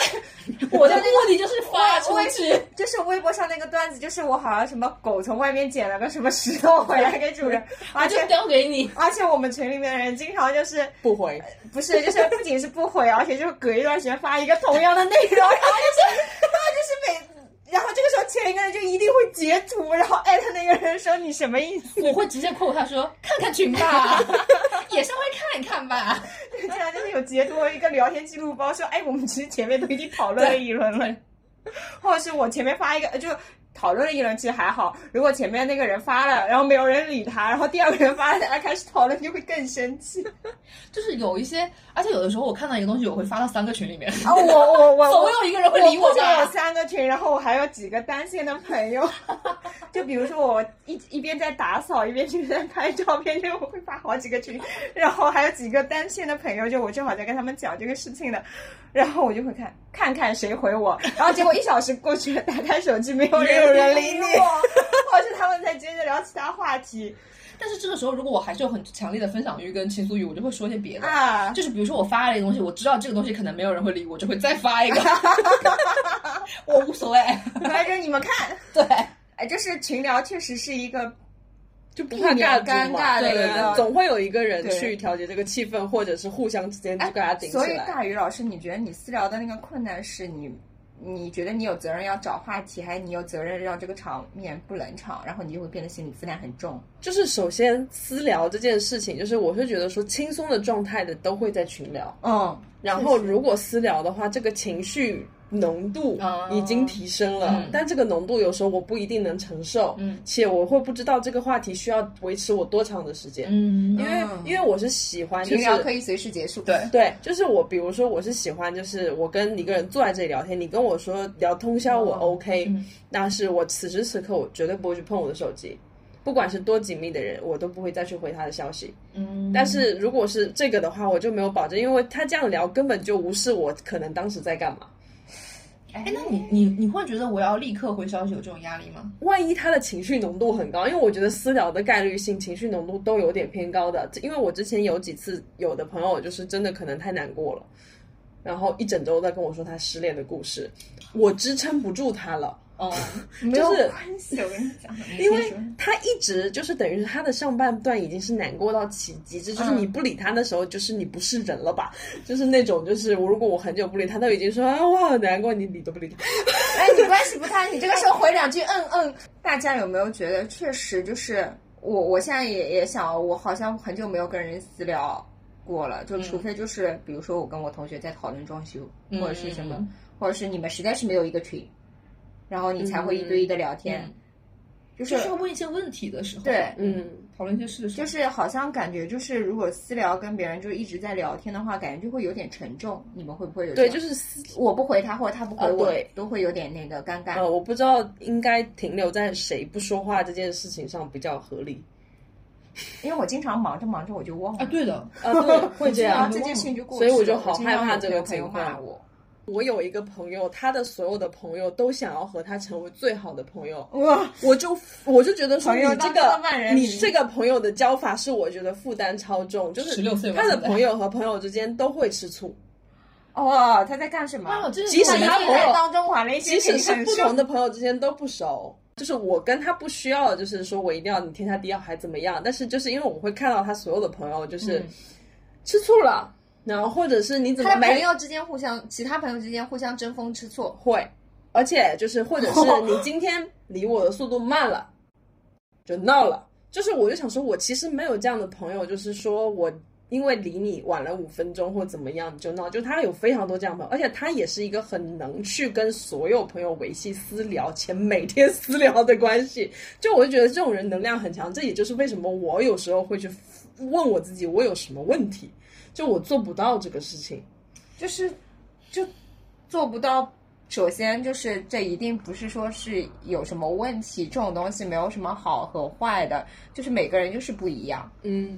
Speaker 3: 我的目的就是发出
Speaker 2: 我也
Speaker 3: 去。
Speaker 2: 就是微博上那个段子，就是我好像什么狗从外面捡了个什么石头回来给 主人，而
Speaker 3: 我就
Speaker 2: 且
Speaker 3: 丢给你，
Speaker 2: 而且我们群里面的人经常就是
Speaker 1: 不回。
Speaker 2: 不是就是不仅是不回，而且就是隔一段时间发一个同样的内容，然后就是然后就是每然后这个时候前一个人就一定会截图，然后艾特那个人说你什么意思，
Speaker 3: 我会直接扣他说看看群 吧，也稍微看一看吧。
Speaker 2: 这样就是有截图和一个聊天记录包说，哎，我们其实前面都已经讨论了一轮了，或者是我前面发一个就。讨论了一轮，其实还好。如果前面那个人发了，然后没有人理他，然后第二个人发了，大家开始讨论，就会更生气。
Speaker 3: 就是有一些，而且有的时候我看到一个东西，我会发到三个群里面，
Speaker 2: 啊，我我我
Speaker 3: 总
Speaker 2: 我
Speaker 3: 有一个人会理
Speaker 2: 我不仅有
Speaker 3: 吧？
Speaker 2: 三个群，然后我还有几个单线的朋友。 就比如说我一一边在打扫，一边就在拍照片，就我会发好几个群，然后还有几个单线的朋友，就我正好在跟他们讲这个事情的，然后我就会看看看谁回我，然后结果一小时过去了，打开手机没有人
Speaker 3: 没有人理
Speaker 2: 我
Speaker 3: 你，
Speaker 2: 或者是他们在接着聊其他话题
Speaker 3: 但是这个时候，如果我还是有很强烈的分享欲跟倾诉欲，我就会说些别的。
Speaker 2: 啊。
Speaker 3: 就是比如说我发了一个东西，我知道这个东西可能没有人会理我，就会再发一 个，我无所谓。
Speaker 2: 反正你们看，
Speaker 3: 对，
Speaker 2: 哎，就是群聊确实是一个
Speaker 1: 就不怕尬住
Speaker 2: 避免尴
Speaker 1: 嘛，
Speaker 2: 尬的
Speaker 1: 对对
Speaker 2: 一
Speaker 1: 对，
Speaker 2: 个
Speaker 1: 总会有一个人
Speaker 2: 对
Speaker 1: 去调节这个气氛，或者是互相之间 就给他顶起
Speaker 2: 哎所以
Speaker 1: 来。
Speaker 2: 大宇老师，你觉得你私聊的那个困难是你，你觉得你有责任要找话题，还是你有责任让这个场面不冷场，然后你就会变得心理负担很重？
Speaker 1: 就是首先私聊这件事情，就是我是觉得说轻松的状态的都会在群聊，
Speaker 2: 嗯，
Speaker 1: 然后如果私聊的话，这个情绪浓度
Speaker 3: 哦
Speaker 1: 已经提升了，
Speaker 3: 嗯
Speaker 1: 但这个浓度有时候我不一定能承受，
Speaker 3: 嗯
Speaker 1: 且我会不知道这个话题需要维持我多长的时间，
Speaker 3: 嗯
Speaker 1: 因为
Speaker 2: 嗯
Speaker 1: 因为我是喜欢就
Speaker 2: 群
Speaker 1: 是
Speaker 2: 聊可以随时结束。
Speaker 3: 对
Speaker 1: 对，就是我，比如说我是喜欢，就是我跟一个人坐在这里聊天，你跟我说聊通宵我
Speaker 2: 哦
Speaker 1: OK，、
Speaker 3: 嗯
Speaker 1: 但是我此时此刻我绝对不会去碰我的手机，不管是多紧密的人，我都不会再去回他的消息。
Speaker 3: 嗯，
Speaker 1: 但是如果是这个的话，我就没有保证，因为他这样聊根本就无视我可能当时在干嘛。
Speaker 2: 哎
Speaker 3: 哎，那你你你会觉得我要立刻回消息有这种压力吗？
Speaker 1: 万一他的情绪浓度很高，因为我觉得私聊的概率性情绪浓度都有点偏高的，因为我之前有几次有的朋友就是真的可能太难过了，然后一整周在跟我说他失恋的故事，我支撑不住他了。
Speaker 3: 哦，
Speaker 2: 没有
Speaker 1: 就是
Speaker 2: 关系，我跟你讲，
Speaker 1: 因为他一直就是等于是他的上半段已经是难过到起极致，就是
Speaker 2: 嗯
Speaker 1: 你不理他的时候，就是你不是人了吧？就是那种就是我如果我很久不理他，都已经说啊我好难过，你理都不理他。
Speaker 2: 哎，你关系不大，你这个时候回两句嗯嗯。大家有没有觉得，确实就是我，我现在也也想，我好像很久没有跟人私聊过了，就除非就是、比如说我跟我同学在讨论装修，
Speaker 3: 嗯
Speaker 2: 或者是什么，
Speaker 3: 嗯
Speaker 2: 或者是你们实在是没有一个群，然后你才会一对一的聊天，
Speaker 3: 嗯
Speaker 2: 就
Speaker 3: 就是是要问一些问题的时候，
Speaker 2: 对
Speaker 1: 嗯，
Speaker 3: 讨论一些事的时候，
Speaker 2: 就是好像感觉就是如果私聊跟别人就一直在聊天的话，感觉就会有点沉重。你们会不会有这
Speaker 1: 对，
Speaker 2: 样？
Speaker 1: 就是私
Speaker 2: 我不回他或者他不回我，
Speaker 1: 啊对
Speaker 2: 都会有点那个
Speaker 3: 嗯
Speaker 2: 尴尬。
Speaker 1: 呃，我不知道应该停留在谁不说话这件事情上比较合理。
Speaker 2: 因为我经常忙着忙着我就忘了。
Speaker 3: 啊，对的，
Speaker 1: 啊，对，会这
Speaker 2: 然
Speaker 1: 样
Speaker 2: 后。这件事情就过
Speaker 1: 所
Speaker 2: 去
Speaker 1: 以
Speaker 2: 了，
Speaker 1: 我就好
Speaker 2: 经常
Speaker 1: 害怕
Speaker 2: 有
Speaker 1: 这个
Speaker 2: 朋友
Speaker 1: 情况
Speaker 2: 骂我。
Speaker 1: 我有一个朋友，他的所有的朋友都想要和他成为最好的朋友，
Speaker 2: 哇，
Speaker 1: 我就我就觉得说
Speaker 2: 朋
Speaker 1: 你
Speaker 2: 友
Speaker 1: 这
Speaker 2: 当个万
Speaker 1: 个
Speaker 2: 人迷
Speaker 1: 你这个朋友的教法是我觉得负担超重，就是
Speaker 3: 16岁吧
Speaker 1: 他的
Speaker 3: 现在
Speaker 1: 朋友和朋友之间都会吃醋，
Speaker 2: 哦，他在干什么？
Speaker 3: 哇，我真的
Speaker 1: 即使
Speaker 3: 是
Speaker 1: 他
Speaker 2: 一
Speaker 1: 朋友
Speaker 2: 个人当中玩了一些
Speaker 1: 即使是
Speaker 2: 平衡
Speaker 1: 不
Speaker 2: 手
Speaker 1: 同的朋友之间都不熟。就是我跟他不需要，就是说我一定要你天下第一还怎么样？但是就是因为我会看到他所有的朋友就是
Speaker 3: 嗯
Speaker 1: 吃醋了，然后或者是你怎么
Speaker 2: 他的
Speaker 1: 没
Speaker 2: 朋友之间互相，其他朋友之间互相争风吃醋。
Speaker 1: 会，而且就是或者是你今天离我的速度慢了，就闹了。就是我就想说，我其实没有这样的朋友，就是说我因为离你晚了五分钟或怎么样就闹，就他有非常多这样的朋友，而且他也是一个很能去跟所有朋友维系私聊且每天 私聊的关系。就我就觉得这种人能量很强，这也就是为什么我有时候会去问我自己，我有什么问题。就我做不到这个事情，
Speaker 2: 就是就做不到。首先就是这一定不是说是有什么问题，这种东西没有什么好和坏的，就是每个人就是不一样。
Speaker 1: 嗯，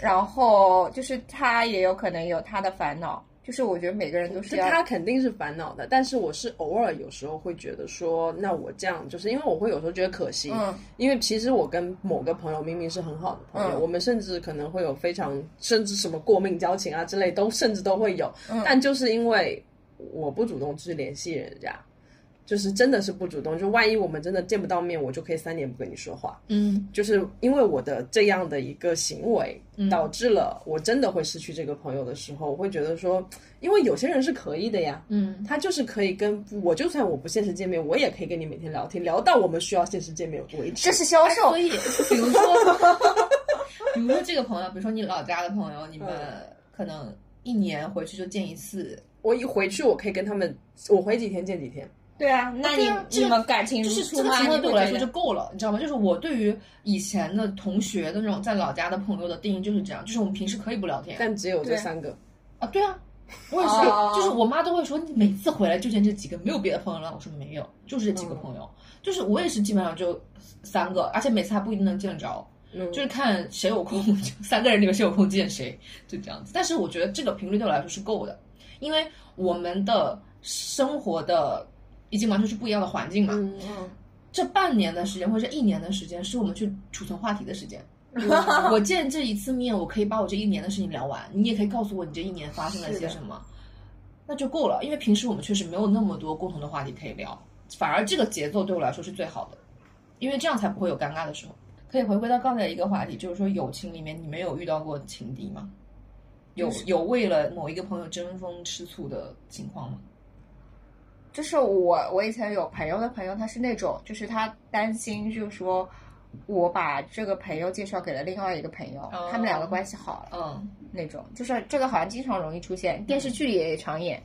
Speaker 2: 然后就是他也有可能有他的烦恼，就是我觉得每个人都
Speaker 1: 嗯
Speaker 2: 是
Speaker 1: 就
Speaker 2: 要
Speaker 1: 他肯定是烦恼的，但是我是偶尔有时候会觉得说，那我这样就是因为我会有时候觉得可惜，
Speaker 2: 嗯
Speaker 1: 因为其实我跟某个朋友明明是很好的朋友，
Speaker 2: 嗯
Speaker 1: 我们甚至可能会有非常甚至什么过命交情啊之类都甚至都会有，
Speaker 2: 嗯
Speaker 1: 但就是因为我不主动去联系人家，就是真的是不主动，就万一我们真的见不到面，我就可以三年不跟你说话，
Speaker 3: 嗯
Speaker 1: 就是因为我的这样的一个行为，
Speaker 3: 嗯
Speaker 1: 导致了我真的会失去这个朋友的时候，我会觉得说，因为有些人是可以的呀，
Speaker 3: 嗯，
Speaker 1: 他就是可以跟我，就算我不现实见面，我也可以跟你每天聊天，聊到我们需要现实见面为止
Speaker 2: 这。是销售
Speaker 3: 所，以比如说，比如说这个朋友，比如说你老家的朋友，你们可能一年回去就见一次，
Speaker 1: 我一回去，我可以跟他们，我回几天见几天，
Speaker 2: 对啊，那
Speaker 3: 对
Speaker 2: 你、
Speaker 3: 啊这个
Speaker 2: 你们感情
Speaker 3: 就
Speaker 2: 如
Speaker 3: 是
Speaker 2: 初
Speaker 3: 这个
Speaker 2: 吗？
Speaker 3: 情况对我来说
Speaker 2: 你会觉
Speaker 3: 就
Speaker 2: 得
Speaker 3: 够了，你知道吗？就是我对于以前的同学的那种在老家的朋友的定义就是这样，就是我们平时可以不聊天
Speaker 1: 但只有这
Speaker 2: 对
Speaker 1: 三个，
Speaker 3: 啊，对啊，我也是，
Speaker 2: 哦
Speaker 3: 就是我妈都会说你每次回来就见这几个，没有别的朋友了。我说没有，就是这几个朋友，就是我也是基本上就三个，而且每次还不一定能见着，
Speaker 1: 嗯，
Speaker 3: 就是看谁有空， 就三个人里面谁有空见谁，就这样子。但是我觉得这个频率对我来说是够的，因为我们的生活的已经完全是不一样的环境嘛，
Speaker 1: 嗯
Speaker 2: 嗯，
Speaker 3: 这半年的时间或者这一年的时间，是我们去储存话题的时间。我见这一次面，我可以把我这一年的事情聊完，你也可以告诉我你这一年发生了
Speaker 1: 是的
Speaker 3: 些什么，那就够了。因为平时我们确实没有那么多共同的话题可以聊，反而这个节奏对我来说是最好的，因为这样才不会有尴尬的时候。可以回归到刚才一个话题，就是说友情里面你们有遇到过情敌吗？有有为了某一个朋友争风吃醋的情况吗？
Speaker 2: 就是我我以前有朋友的朋友，他是那种就是他担心，就是说我把这个朋友介绍给了另外一个朋友，
Speaker 3: 哦
Speaker 2: 他们两个关系好了。
Speaker 3: 嗯，
Speaker 2: 那种，就是这个好像经常容易出现，电视剧里也常演。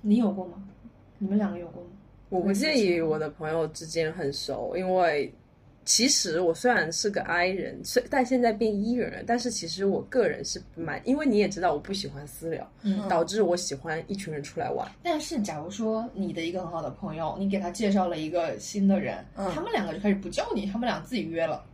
Speaker 3: 你有过吗？你们两个有过吗？
Speaker 1: 我不介意我的朋友之间很熟，因为其实我虽然是个 I 人，虽但现在变 E 人了，但是其实我个人是蛮，因为你也知道我不喜欢私聊，
Speaker 3: 嗯
Speaker 1: 导致我喜欢一群人出来玩。
Speaker 3: 但是，假如说你的一个很好的朋友，你给他介绍了一个新的人，
Speaker 2: 嗯
Speaker 3: 他们两个就开始不叫你，他们俩自己约了。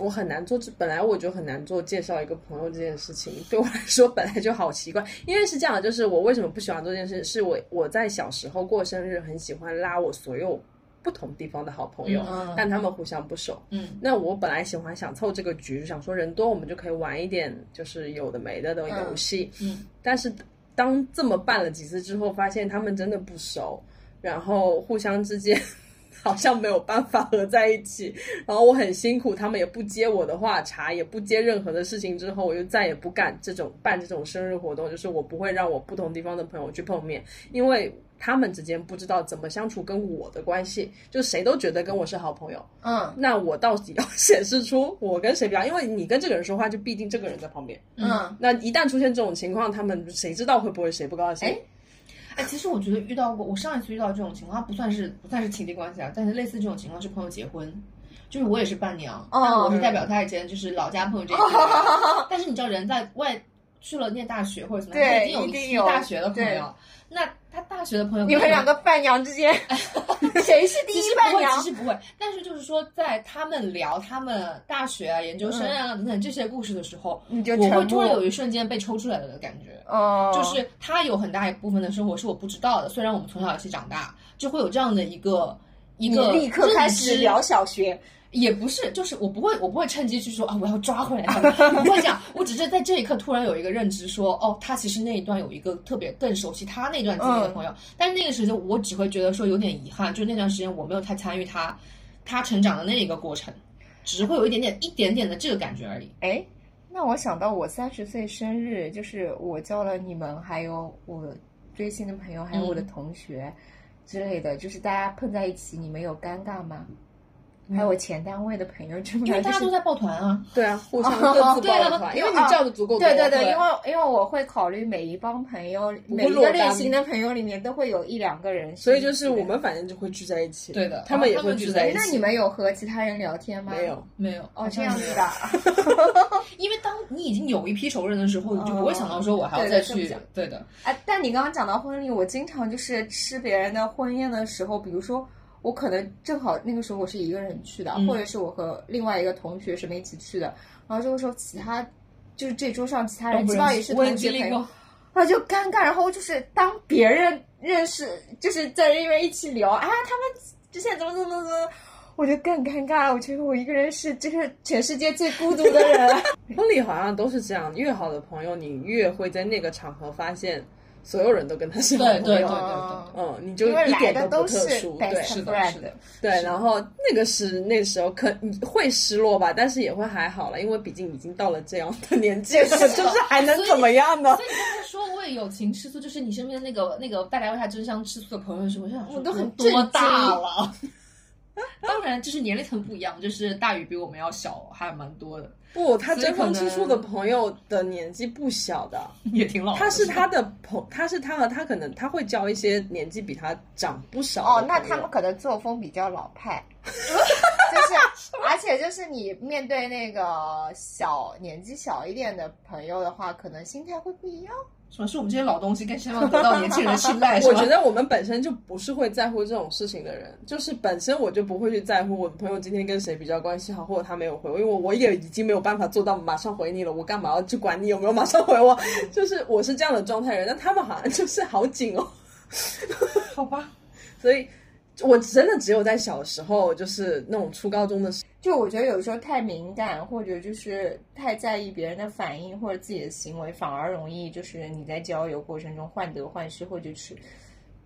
Speaker 1: 我很难做这，本来我就很难做介绍一个朋友这件事情，对我来说本来就好奇怪。因为是这样的，就是我为什么不喜欢做这件事，是我我在小时候过生日很喜欢拉我所有不同地方的好朋友，
Speaker 2: 嗯
Speaker 1: 但他们互相不熟。
Speaker 3: 嗯
Speaker 1: 那我本来喜欢想凑这个局，想说人多我们就可以玩一点就是有的没的的游戏，
Speaker 3: 嗯，
Speaker 1: 但是当这么办了几次之后，发现他们真的不熟，然后互相之间 好像没有办法合在一起，然后我很辛苦，他们也不接我的话，茶也不接任何的事情之后，我就再也不敢这种办这种生日活动，就是我不会让我不同地方的朋友去碰面，因为他们之间不知道怎么相处跟我的关系，就谁都觉得跟我是好朋友。
Speaker 2: 嗯
Speaker 1: 那我到底要 显示出我跟谁比较？因为你跟这个人说话，就必定这个人在旁边。
Speaker 2: 嗯，
Speaker 1: 那一旦出现这种情况，他们谁知道会不会谁不高兴？
Speaker 3: 哎哎，其实我觉得遇到过，我上一次遇到这种情况，它不算是不算是情敌关系啊，但是类似这种情况是朋友结婚，就是我也是伴娘，
Speaker 2: 哦
Speaker 3: 但我是代表他以前就是老家朋友 这一块，但是你知道人在外去了念大学或者什么，
Speaker 2: 对
Speaker 3: 他已经有
Speaker 2: 一
Speaker 3: 一
Speaker 2: 定
Speaker 3: 批
Speaker 2: 有
Speaker 3: 大学的朋
Speaker 2: 对
Speaker 3: 友，那他大学的朋友
Speaker 2: 你们
Speaker 3: 可能
Speaker 2: 两个伴娘之 间，谁是第
Speaker 3: 其
Speaker 2: 一
Speaker 3: 实
Speaker 2: 伴
Speaker 3: 不会，
Speaker 2: 娘
Speaker 3: 其？实不会。但是就是说，在他们聊他们大学啊、研究生啊等等这些故事的时候，
Speaker 2: 你嗯就
Speaker 3: 我
Speaker 2: 沉
Speaker 3: 会
Speaker 2: 默
Speaker 3: 突然有一瞬间被抽出来了的感觉。
Speaker 2: 哦，
Speaker 3: 就是他有很大一部分的生活是我不知道的，虽然我们从小一起长大，就会有这样的一个一
Speaker 2: 你
Speaker 3: 个
Speaker 2: 立刻开始
Speaker 3: 认知
Speaker 2: 聊小学，
Speaker 3: 也不是，就是我不会，我不会趁机去说啊，我要抓回来 他们，不会这样。我只是在这一刻突然有一个认知说，哦，他其实那一段有一个特别更熟悉他那段经历的朋友，但是那个时间我只会觉得说有点遗憾，就那段时间我没有太参与他他成长的那一个过程，只会有一点点一点点的这个感觉而已。
Speaker 2: 哎，那我想到我三十岁生日，就是我叫了你们，还有我追星的朋友，还有我
Speaker 1: 嗯
Speaker 2: 的同学之类的，就是大家碰在一起，你们有尴尬吗？
Speaker 1: 嗯
Speaker 2: 还有我前单位的朋友，这么
Speaker 3: 因为大家
Speaker 2: 就是
Speaker 3: 都在抱团啊，
Speaker 1: 对啊，互相各自
Speaker 3: 对啊
Speaker 1: 抱团，因为你
Speaker 2: 因为
Speaker 1: 叫的足够多。
Speaker 2: 对对
Speaker 3: 对
Speaker 2: 因为因为我会考虑每一帮朋友，
Speaker 1: 不
Speaker 2: 每一
Speaker 1: 落
Speaker 2: 个
Speaker 1: 单
Speaker 2: 类型的朋友里面都会有一两个人，
Speaker 1: 所以就是我。们反正就会聚在一起。
Speaker 3: 对的
Speaker 1: 他们也会聚在一
Speaker 2: 哎
Speaker 1: 起。，
Speaker 2: 那你们有和其他人聊天吗？
Speaker 1: 没有。？
Speaker 3: 没有
Speaker 2: 哦，这样子的
Speaker 3: 的。。因为当你已经有一批熟人的时候，你就不会想到说我还要
Speaker 2: 对
Speaker 3: 再
Speaker 2: 的这么
Speaker 3: 去
Speaker 2: 讲
Speaker 3: 对的，
Speaker 2: 哎，但你刚刚讲到婚礼，我经常就是吃别人的婚宴的时候，比如说我可能正好那个时候我是一个人去的，
Speaker 3: 嗯
Speaker 2: 或者是我和另外一个同学什么一起去的，然后这个时候其他就是这桌上其他人
Speaker 3: 不
Speaker 2: 知
Speaker 3: 认
Speaker 2: 道
Speaker 3: 识
Speaker 2: 也是
Speaker 3: 我也
Speaker 2: 同学
Speaker 3: 经历
Speaker 2: 朋友
Speaker 3: 过，，
Speaker 2: 然后就尴尬，然后就是当别人认识，就是在因为一起聊啊，他们之前怎么怎么怎么怎么，我就更尴尬，我觉得我一个人是就是全世界最孤独的 人。
Speaker 1: 婚礼好像都是这样，越好的朋友，你越会在那个场合发现所有人都跟他是好朋友。
Speaker 3: 对对对对对
Speaker 2: 哦。
Speaker 1: 嗯，你就
Speaker 2: 因为
Speaker 1: 一
Speaker 2: 来
Speaker 1: 点
Speaker 2: 的
Speaker 1: 不
Speaker 2: 是
Speaker 1: 特殊，对
Speaker 2: best
Speaker 3: 是的
Speaker 2: friend，
Speaker 3: 是的
Speaker 1: 对。
Speaker 3: 是
Speaker 1: 然后那个是那时候可你会失落吧，但是也会还好了，因为毕竟已经到了这样的年纪 了，就是还能怎么样呢？
Speaker 3: 所以你刚才说为友情吃醋，就是你身边的那个那个大家为他争相吃醋的朋友的时候，我就想说
Speaker 2: 我都很
Speaker 3: 多多
Speaker 2: 震惊
Speaker 3: 大了。当然，就是年龄层不一样，就是大宇比我们要小，还蛮多的。
Speaker 1: 不，他
Speaker 3: 所以
Speaker 1: 真
Speaker 3: 可
Speaker 1: 风
Speaker 3: 能
Speaker 1: 吃
Speaker 3: 哦
Speaker 1: 醋的朋友的年纪不小的，
Speaker 3: 也挺老的。
Speaker 1: 他是他的朋，他是他和他可能他会交一些年纪比他长不少的
Speaker 2: 哦，那
Speaker 1: 朋
Speaker 2: 他
Speaker 1: 友
Speaker 2: 们可能作风比较老 派，就是，而且就是你面对那个小年纪小一点的朋友的话，可能心态会不一样。
Speaker 3: 什么？是我们这些老东西更希望得到年轻人的青睐？
Speaker 1: 我
Speaker 3: 是吧
Speaker 1: 觉得我们本身就不是会在乎这种事情的人，就是本身我就不会去在乎我的朋友今天跟谁比较关系好，或者他没有回我，因为我我也已经没有办法做到马上回你了，我干嘛要去管你有没有马上回我？ 就是我是这样的状态人，但他们好像就是好紧哦，
Speaker 3: 好吧，
Speaker 1: 所以我真的只有在小时候，就是那种初高中的时候，
Speaker 2: 就我觉得有时候太敏感，或者就是太在意别人的反应或者自己的行为，反而容易就是你在交友过程中患得患失，或者是。嗯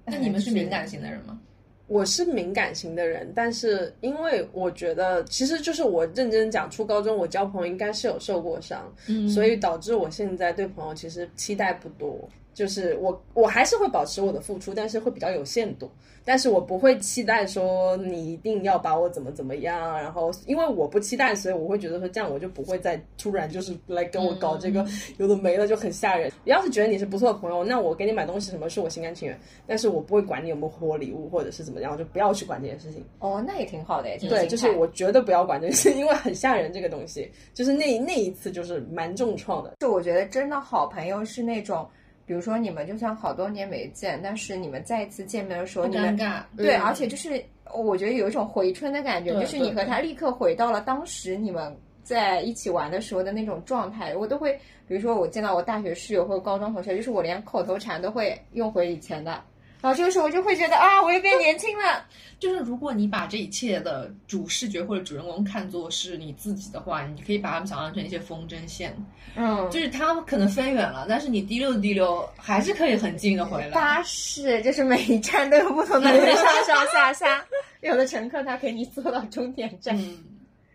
Speaker 3: 那 你们是敏感型的人吗？
Speaker 1: 我是敏感型的人，但是因为我觉得，其实就是我认真讲，初高中我交朋友应该是有受过伤，
Speaker 3: 嗯
Speaker 1: 所以导致我现在对朋友其实期待不多，就是我我还是会保持我的付出，但是会比较有限度，但是我不会期待说你一定要把我怎么怎么样，啊然后因为我不期待，所以我会觉得说这样我就不会再突然就是来跟我搞这个有的没的就很吓人。你要是觉得你是不错的朋友，那我给你买东西什么是我心甘情愿，但是我不会管你有没有回我礼物或者是怎么样，就不要去管这件事情。
Speaker 2: 哦，那也挺好的耶，这个
Speaker 1: 对，
Speaker 2: 心
Speaker 1: 就是
Speaker 2: 态
Speaker 1: 我绝对不要管这件事，因为很吓人这个东西，就是那那一次就是蛮重创的。
Speaker 2: 就我觉得真的好朋友是那种，比如说你们就算好多年没见，但是你们再一次见面的时候，
Speaker 3: 不
Speaker 2: 你
Speaker 3: 尴
Speaker 2: 们
Speaker 3: 尬。
Speaker 2: 对，
Speaker 1: 嗯
Speaker 2: 而且就是我觉得有一种回春的感觉，
Speaker 3: 对
Speaker 2: 就是你
Speaker 3: 对
Speaker 2: 和他立刻回到了当时你们在一起玩的时候的那种状态。我都会，比如说我见到我大学室友或者高中同学，就是我连口头禅都会用回以前的。然后这个时候我就会觉得啊，我又变年轻了。
Speaker 3: 就是如果你把这一切的主视觉或者主人公看作是你自己的话，你可以把他们想象成一些风筝线，
Speaker 2: 嗯，
Speaker 3: 就是他们可能飞远了，但是你滴溜滴溜还是可以很近的回来。
Speaker 2: 巴士就是每一站都有不同的人上上下下，有的乘客他可以坐到终点站，
Speaker 3: 嗯，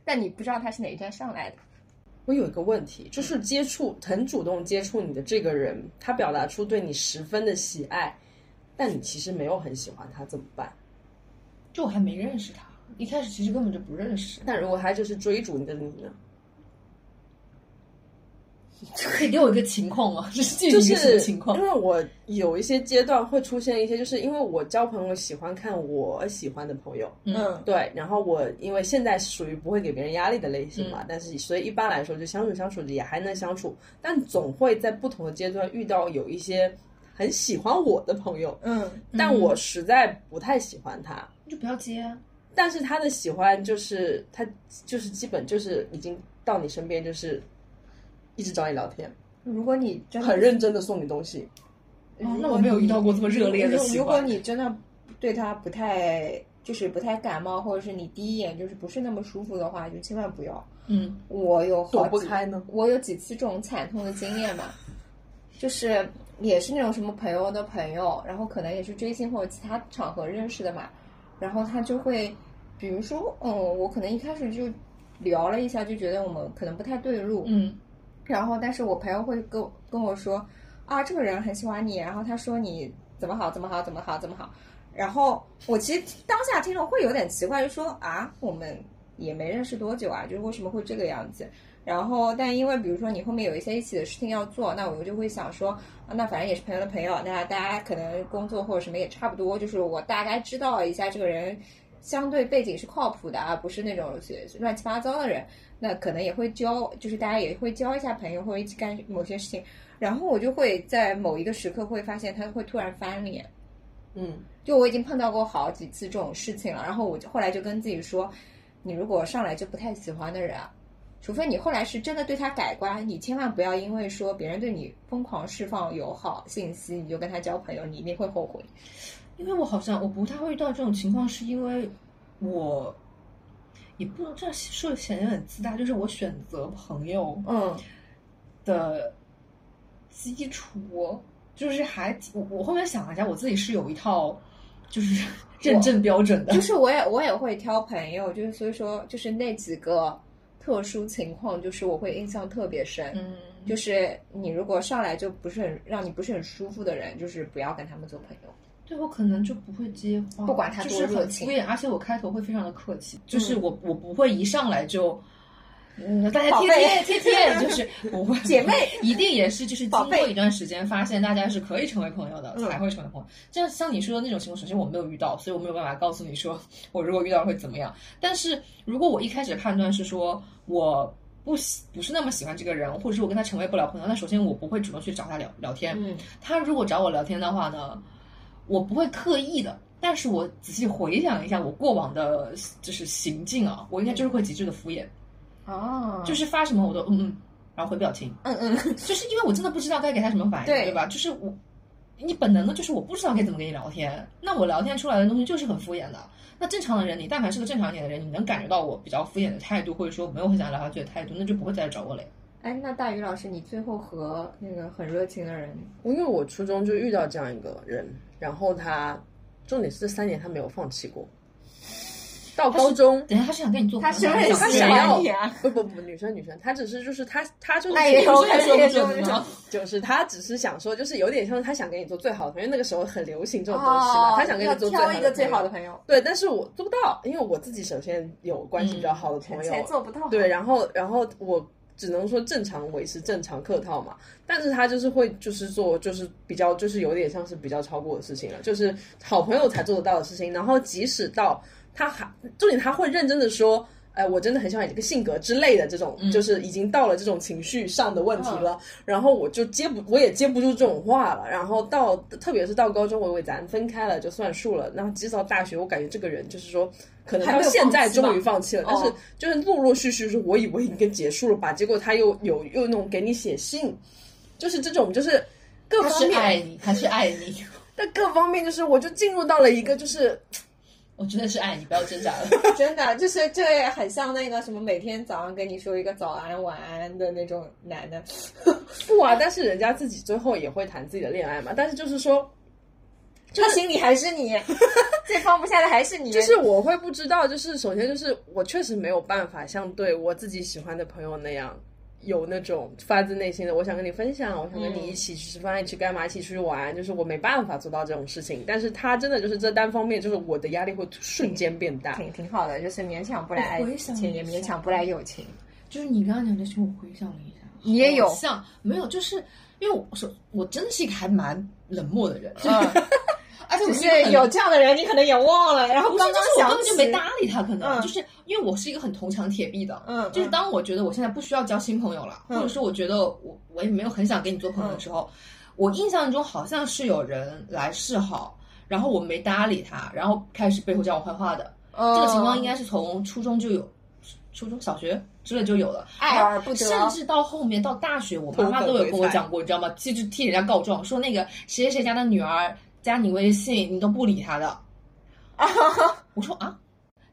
Speaker 2: 但你不知道他是哪一站上来的。
Speaker 1: 我有一个问题，就是接触很主动接触你的这个人，他表达出对你十分的喜爱，但你其实没有很喜欢他，怎么办？
Speaker 3: 就我还没认识他，一开始其实根本就不认识。
Speaker 1: 但如果他就是追逐你的你呢？
Speaker 3: 可以给我一个情况吗？ 这是具
Speaker 1: 就
Speaker 3: 体一个什么
Speaker 1: 是
Speaker 3: 情况
Speaker 1: 因？为我有一些阶段会出现一些，就是因为我交朋友喜欢看我喜欢的朋友，
Speaker 3: 嗯
Speaker 2: 嗯
Speaker 1: 对，然后我因为现在属于不会给别人压力的类型嘛，但是所以一般来说就相处相处也还能相处，但总会在不同的阶段遇到有一些很喜欢我的朋友，
Speaker 2: 嗯，
Speaker 1: 但我实在不太喜欢他。
Speaker 3: 就不要接啊。
Speaker 1: 但是他的喜欢就是他就是基本就是已经到你身边，就是一直找你聊天，
Speaker 2: 如果你真的
Speaker 1: 很认真的送你东西。
Speaker 3: 哦那我没有遇到过这么热烈的
Speaker 2: 如
Speaker 3: 喜欢
Speaker 2: 如果你真的对他不太就是不太感冒，或者是你第一眼就是不是那么舒服的话，就千万不要。
Speaker 3: 嗯，
Speaker 2: 我有好
Speaker 1: 躲不
Speaker 2: 几
Speaker 1: 开呢
Speaker 2: 我有几次这种惨痛的经验嘛，就是也是那种什么朋友的朋友，然后可能也是追星或者其他场合认识的嘛，然后他就会，比如说，嗯，我可能一开始就聊了一下，就觉得我们可能不太对路，
Speaker 3: 嗯，
Speaker 2: 然后，但是我朋友会跟我跟我说，啊，这个人很喜欢你，然后他说你怎么好，怎么好，怎么好，怎么好。然后我其实当下听了会有点奇怪，就说啊，我们也没认识多久啊，就是为什么会这个样子？然后，但因为比如说你后面有一些一起的事情要做，那我就会想说，啊那反正也是朋友的朋友，那大家可能工作或者什么也差不多，就是我大概知道一下这个人相对背景是靠谱的啊，不是那种乱七八糟的人。那可能也会交，就是大家也会交一下朋友，或者一起干某些事情。然后我就会在某一个时刻会发现他会突然翻脸，
Speaker 1: 嗯，
Speaker 2: 就我已经碰到过好几次这种事情了。然后我就后来就跟自己说，你如果上来就不太喜欢的人啊，除非你后来是真的对他改观，你千万不要因为说别人对你疯狂释放友好信息，你就跟他交朋友，你一定会后悔。
Speaker 3: 因为我好像我不太会遇到这种情况，是因为我也不能这样说，显得有点自大，就是我选择朋友
Speaker 2: 嗯
Speaker 3: 的基础，就是还我我后面想了一下，我自己是有一套就是 认证标 准的
Speaker 2: 就，是我也我也会挑朋友，就是所以说就是那几个特殊情况，就是我会印象特别深。
Speaker 3: 嗯，
Speaker 2: 就
Speaker 3: 就
Speaker 2: 是你如果上来就不是很让你不是很舒服的人，就是不要跟他们做朋友。
Speaker 3: 对我可能就不会接话，
Speaker 2: 不管他多
Speaker 3: 就是
Speaker 2: 热
Speaker 3: 很
Speaker 2: 情嗯
Speaker 3: 敷衍，而且我开头会非常的客气，就是我我不会一上来就嗯，大家
Speaker 2: 宝
Speaker 3: 贴
Speaker 2: 贝
Speaker 3: 贴贴贴，就是我会
Speaker 2: 姐妹
Speaker 3: 一定也是就是
Speaker 2: 宝
Speaker 3: 经
Speaker 2: 贝
Speaker 3: 过一段时间，发现大家是可以成为朋友的，
Speaker 1: 嗯
Speaker 3: 才会成为朋友。这样像你说的那种情况，首先我没有遇到，所以我没有办法告诉你说我如果遇到会怎么样。但是如果我一开始判断是说我不喜不是那么喜欢这个人，或者是我跟他成为不了朋友，那首先我不会主动去找他聊聊天。
Speaker 1: 嗯，
Speaker 3: 他如果找我聊天的话呢，我不会刻意的，但是我仔细回想一下我过往的就是行径啊，我应该就是会极致的敷衍，
Speaker 2: 哦，
Speaker 3: 就是发什么我都嗯嗯，然后回表情，
Speaker 2: 嗯嗯，
Speaker 3: 就是因为我真的不知道该给他什么反应，
Speaker 2: 对
Speaker 3: 对吧？就是我。你本能的就是我不知道该怎么跟你聊天，那我聊天出来的东西就是很敷衍的。那正常的人，你但凡是个正常一点的人，你能感觉到我比较敷衍的态度，或者说我没有很想聊下去的态度，那就不会再来找我了呀。
Speaker 2: 哎，那大宇老师，你最后和那个很热情的人，
Speaker 1: 因为我初中就遇到这样一个人，然后他重点是这三年他没有放弃过，到高中
Speaker 3: 等一下，他是想跟你做朋
Speaker 2: 他
Speaker 3: 友，
Speaker 2: 是不是
Speaker 3: 还
Speaker 1: 他
Speaker 2: 很
Speaker 3: 想
Speaker 2: 喜
Speaker 1: 想
Speaker 2: 欢
Speaker 1: 要
Speaker 2: 哎你啊
Speaker 1: 不不不，女生女生，她只是就是她她就是
Speaker 2: 那也有可能
Speaker 3: 说
Speaker 2: 也
Speaker 3: 不
Speaker 2: 是
Speaker 3: 准
Speaker 2: 那
Speaker 3: 吗
Speaker 2: 种？
Speaker 1: 就是她只是想说，就是有点像是她想跟你做最好的朋友，因为那个时候很流行这种东西嘛，
Speaker 2: 哦
Speaker 1: 她想跟你
Speaker 2: 要
Speaker 1: 做
Speaker 2: 挑一个
Speaker 1: 最
Speaker 2: 最
Speaker 1: 好
Speaker 2: 好的
Speaker 1: 的
Speaker 2: 朋 友，
Speaker 1: 对，但是我做不到，因为我自己首先有关系比较好的朋友，
Speaker 2: 谁做不到？
Speaker 1: 对，然后然后我只能说正常维持正常客套嘛，但是他就是会就是做就是比较就是有点像是比较超过我的事情了，就是好朋友才做得到的事情。然后即使到他还重点他会认真的说。哎，我真的很喜欢你这个性格之类的这种，
Speaker 2: 嗯
Speaker 1: 就是已经到了这种情绪上的问题了。然后我就接不，我也接不住这种话了。然后到，特别是到高中，我以为咱分开了就算数了。然后即使到大学，我感觉这个人就是说，可能
Speaker 2: 还
Speaker 1: 到
Speaker 2: 没有
Speaker 1: 现在
Speaker 2: 放弃吧
Speaker 1: 终于放弃了，但是
Speaker 2: 哦
Speaker 1: 就是陆陆续续，是我以为已经结束了吧，结果他又有又那种给你写信，就是这种就是各
Speaker 3: 他
Speaker 1: 方
Speaker 3: 是
Speaker 1: 面，
Speaker 3: 爱你，他是爱你，
Speaker 1: 但各方面就是我就进入到了一个就是
Speaker 3: 我真的是爱你，不要挣扎了。
Speaker 2: 真的就是这也很像那个什么每天早上跟你说一个早安晚安的那种男的，
Speaker 1: 不啊，但是人家自己最后也会谈自己的恋爱嘛，但是就是说，
Speaker 2: 他心里还是 你，最放不下的还是你，
Speaker 1: 就是我会不知道，就是首先就是我确实没有办法像对我自己喜欢的朋友那样。有那种发自内心的，我想跟你分享，我想跟你一起去吃饭，一起干嘛，一起出去玩，就是我没办法做到这种事情。但是他真的就是这单方面，就是我的压力会瞬间变大。
Speaker 2: 挺挺好的，就是勉强不来爱
Speaker 3: 哎我回想
Speaker 2: 情，也
Speaker 3: 一下
Speaker 2: 勉强不来友情。
Speaker 3: 就是你刚刚讲的事情，我回想了一下，
Speaker 2: 你也有
Speaker 3: 好像没有？就是因为我说我真的是一个还蛮冷漠的人，而
Speaker 2: 嗯只
Speaker 3: 且我
Speaker 2: 是
Speaker 3: 一个很
Speaker 2: 有这样的人，你可能也忘了，然后
Speaker 3: 不是，
Speaker 2: 刚
Speaker 3: 就
Speaker 2: 刚
Speaker 3: 是我
Speaker 2: 想
Speaker 3: 根本就
Speaker 2: 起
Speaker 3: 没搭理他，可能、
Speaker 2: 嗯
Speaker 3: 就是因为我是一个很铜墙铁壁的，
Speaker 2: 嗯
Speaker 3: 就是
Speaker 2: 嗯
Speaker 3: 当我觉得我现在不需要交新朋友了，
Speaker 2: 嗯
Speaker 3: 或者说我觉得我我也没有很想跟你做朋友的时候，我印象中好像是有人来示好，然后我没搭理他，然后开始背后讲我坏话的，这个情
Speaker 2: 哦嗯
Speaker 3: 况应该是从初中就有，初中小学之类就有了，
Speaker 2: 爱而不得
Speaker 3: 甚至到后面到大学，我妈妈都有跟我讲过，你知道吗？就是替人家告状，说那个谁谁谁家的女儿加你微信，你都不理她的。
Speaker 2: 啊
Speaker 3: 我说啊，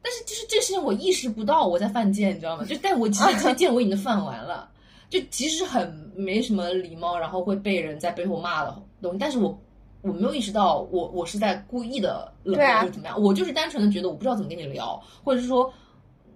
Speaker 3: 但是就是这事情我意识不到我在犯贱，你知道吗？就但我其 实这贱我已经犯完了，就其实很没什么礼貌，然后会被人在背后骂的东西，但是我。我没有意识到我，我是在故意的冷
Speaker 2: 对啊
Speaker 3: 漠或者怎么样，我就是单纯的觉得我不知道怎么跟你聊，或者是说，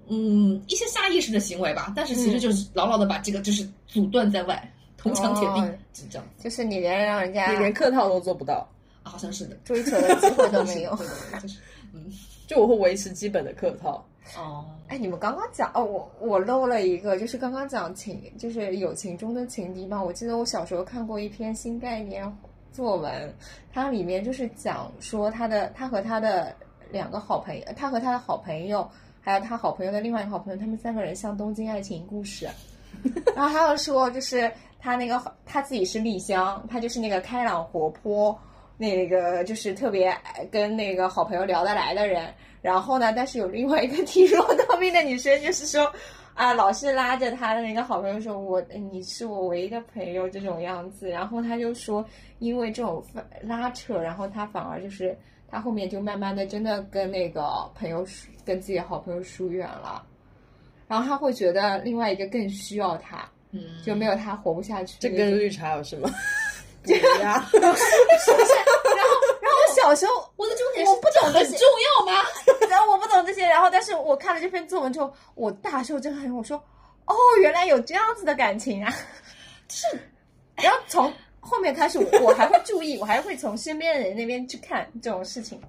Speaker 3: 嗯，一些下意识的行为吧，但
Speaker 2: 嗯
Speaker 3: 是其实就是牢牢的把这个就是阻断在外，铜墙铁壁
Speaker 2: 哦，
Speaker 3: 就这样
Speaker 2: 就是你连让人家
Speaker 1: 你连客套都做不到，
Speaker 3: 啊，好像是的，
Speaker 2: 追求的机会都没有
Speaker 3: 对。对对 就是嗯，
Speaker 1: 就我会维持基本的客套。
Speaker 3: 哦，
Speaker 2: 哎，你们刚刚讲哦，我我漏了一个，就是刚刚讲情，就是友情中的情敌嘛。我记得我小时候看过一篇新概念作文，它里面就是讲说他的他和他的两个好朋友，他和他的好朋友，还有他好朋友的另外一个好朋友，他们三个人像《东京爱情故事》，然后还有说就是他那个他自己是丽香，他就是那个开朗活泼。那个就是特别呃跟那个好朋友聊得来的人，然后呢，但是有另外一个体弱多病的女生，就是说， 啊，老是拉着她的那个好朋友说，我你是我唯一的朋友这种样子。然后她就说，因为这种分拉扯，然后她反而就是她后面就慢慢的真的跟那个朋友疏跟自己的好朋友疏远了，然后她会觉得另外一个更需要她，
Speaker 3: 嗯，
Speaker 2: 就没有她活不下去。
Speaker 1: 这跟绿茶有什么？不一 样，
Speaker 2: 是不是？然后然后我小时候
Speaker 3: 我的重点
Speaker 2: 我不懂
Speaker 3: 很
Speaker 2: 这些
Speaker 3: 重要吗？
Speaker 2: 然后我不懂这些，然后但是我看了这篇作文之后，我大受震撼，我说哦，原来有这样子的感情啊！是，然后从后面开始，我我还会注意，我还会从身边的人那边去看这种事情。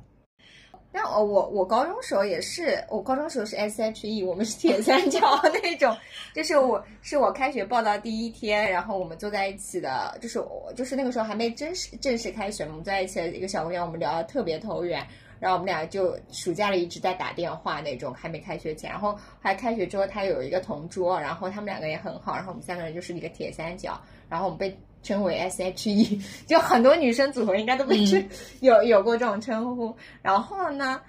Speaker 2: 但我我我高中时候也是，我高中时候是 SHE，我们是铁三角那种，就是我是我开学报到第一天，然后我们坐在一起的，就是我就是那个时候还没正式正式开学嘛，我们坐在一起的一个小姑娘，我们聊得特别投缘，然后我们俩就暑假里一直在打电话那种，还没开学前，然后还开学之后，她有一个同桌，然后他们两个也很好，然后我们三个人就是一个铁三角，然后我们被称为 SHE，就很多女生组合应该都被称、有有过这种称呼。然后呢，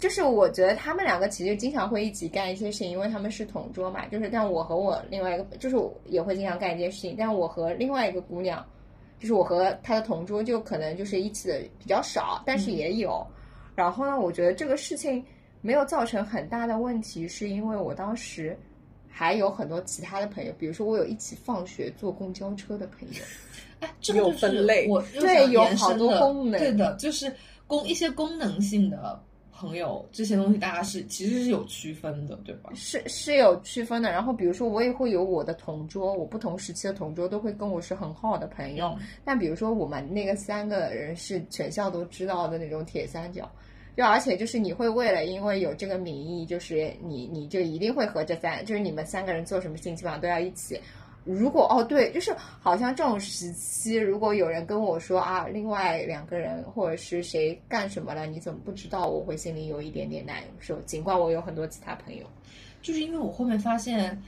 Speaker 2: 就是我觉得他们两个其实经常会一起干一些事情，因为他们是同桌嘛。就是但我和我另外一个，就是我也会经常干一些事情，但我和另外一个姑娘，就是我和她的同桌，就可能就是一起的比较少，但是也有。然后呢，我觉得这个事情没有造成很大的问题，是因为我当时。还有很多其他的朋友，比如说我有一起放学坐公交车的朋友，
Speaker 3: 哎，这个就
Speaker 1: 有分
Speaker 3: 是
Speaker 1: 类
Speaker 3: 我又
Speaker 2: 对
Speaker 3: 想
Speaker 2: 有
Speaker 3: 延
Speaker 2: 好
Speaker 3: 伸
Speaker 2: 多
Speaker 3: 的
Speaker 2: 功能
Speaker 3: 对的，就是功一些功能性的朋友，这些东西大家是其实是有区分的，对吧？
Speaker 2: 是是有区分的。然后比如说我也会有我的同桌，我不同时期的同桌都会跟我是很好的朋友。但比如说我们那个三个人是全校都知道的那种铁三角，就而且就是你会为了因为有这个名义，就是你你就一定会和这三，就是你们三个人做什么事情基本上都要一起。如果哦对，就是好像这种时期，如果有人跟我说啊，另外两个人或者是谁干什么了，你怎么不知道？我会心里有一点点难受，尽管我有很多其他朋友。
Speaker 3: 就是因为我后面发现，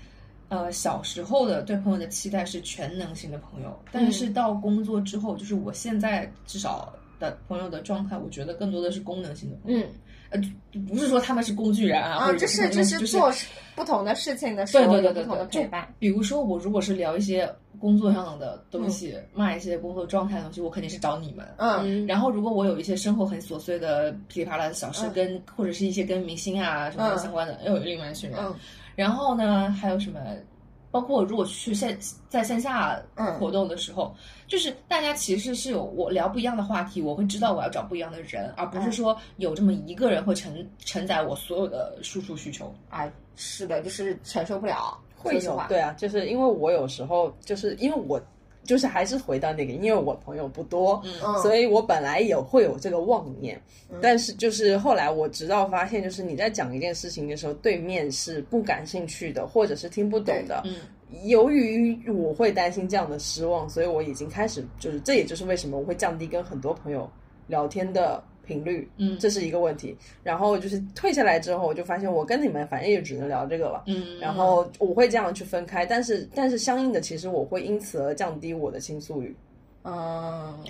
Speaker 3: 呃，小时候的对朋友的期待是全能型的朋友，但是
Speaker 2: 嗯
Speaker 3: 到工作之后，就是我现在至少的朋友的状态，我觉得更多的是功能性的朋友，
Speaker 2: 嗯
Speaker 3: 呃，不是说他们是工具人啊，
Speaker 2: 啊，
Speaker 3: 或者
Speaker 2: 这
Speaker 3: 是
Speaker 2: 是
Speaker 3: 朋
Speaker 2: 这
Speaker 3: 友
Speaker 2: 是
Speaker 3: 就是
Speaker 2: 做不同的事情的时
Speaker 3: 对
Speaker 2: 候有
Speaker 3: 对对
Speaker 2: 不
Speaker 3: 对
Speaker 2: 同的
Speaker 3: 对，
Speaker 2: 陪
Speaker 3: 就
Speaker 2: 伴。
Speaker 3: 比如说我如果是聊一些工作上的东西，骂一些工作状态的东西，我肯定是找你们。
Speaker 2: 嗯
Speaker 3: 然后，如果我有一些生活很琐碎的噼里啪啦的小事
Speaker 2: 嗯
Speaker 3: 跟，或者是一些跟明星啊什么
Speaker 2: 嗯
Speaker 3: 相关的，又有另外一群人。
Speaker 2: 嗯
Speaker 3: 然后呢，还有什么？包括我如果去线在线下
Speaker 2: 嗯
Speaker 3: 活动的时候，就是大家其实是有我聊不一样的话题，我会知道我要找不一样的人，而不是
Speaker 2: 嗯
Speaker 3: 说有这么一个人会承承载我所有的输出需求。
Speaker 2: 啊，是的，就是承受不了。
Speaker 1: 会
Speaker 2: 说实
Speaker 1: 有
Speaker 2: 话，
Speaker 1: 对啊，就是因为我有时候就是因为我就是还是回到那个，因为我朋友不多，
Speaker 3: 嗯
Speaker 2: 嗯，
Speaker 1: 所以我本来有会有这个妄念，但是就是后来我直到发现，就是你在讲一件事情的时候，对面是不感兴趣的，或者是听不懂的。
Speaker 3: 嗯，
Speaker 1: 由于我会担心这样的失望，所以我已经开始就是，这也就是为什么我会降低跟很多朋友聊天的频率，
Speaker 3: 嗯
Speaker 1: 这是一个问题。然后就是退下来之后，我就发现我跟你们反正也只能聊这个了。
Speaker 3: 嗯，
Speaker 1: 然后我会这样去分开，但是但是相应的，其实我会因此而降低我的倾诉欲。
Speaker 2: 嗯，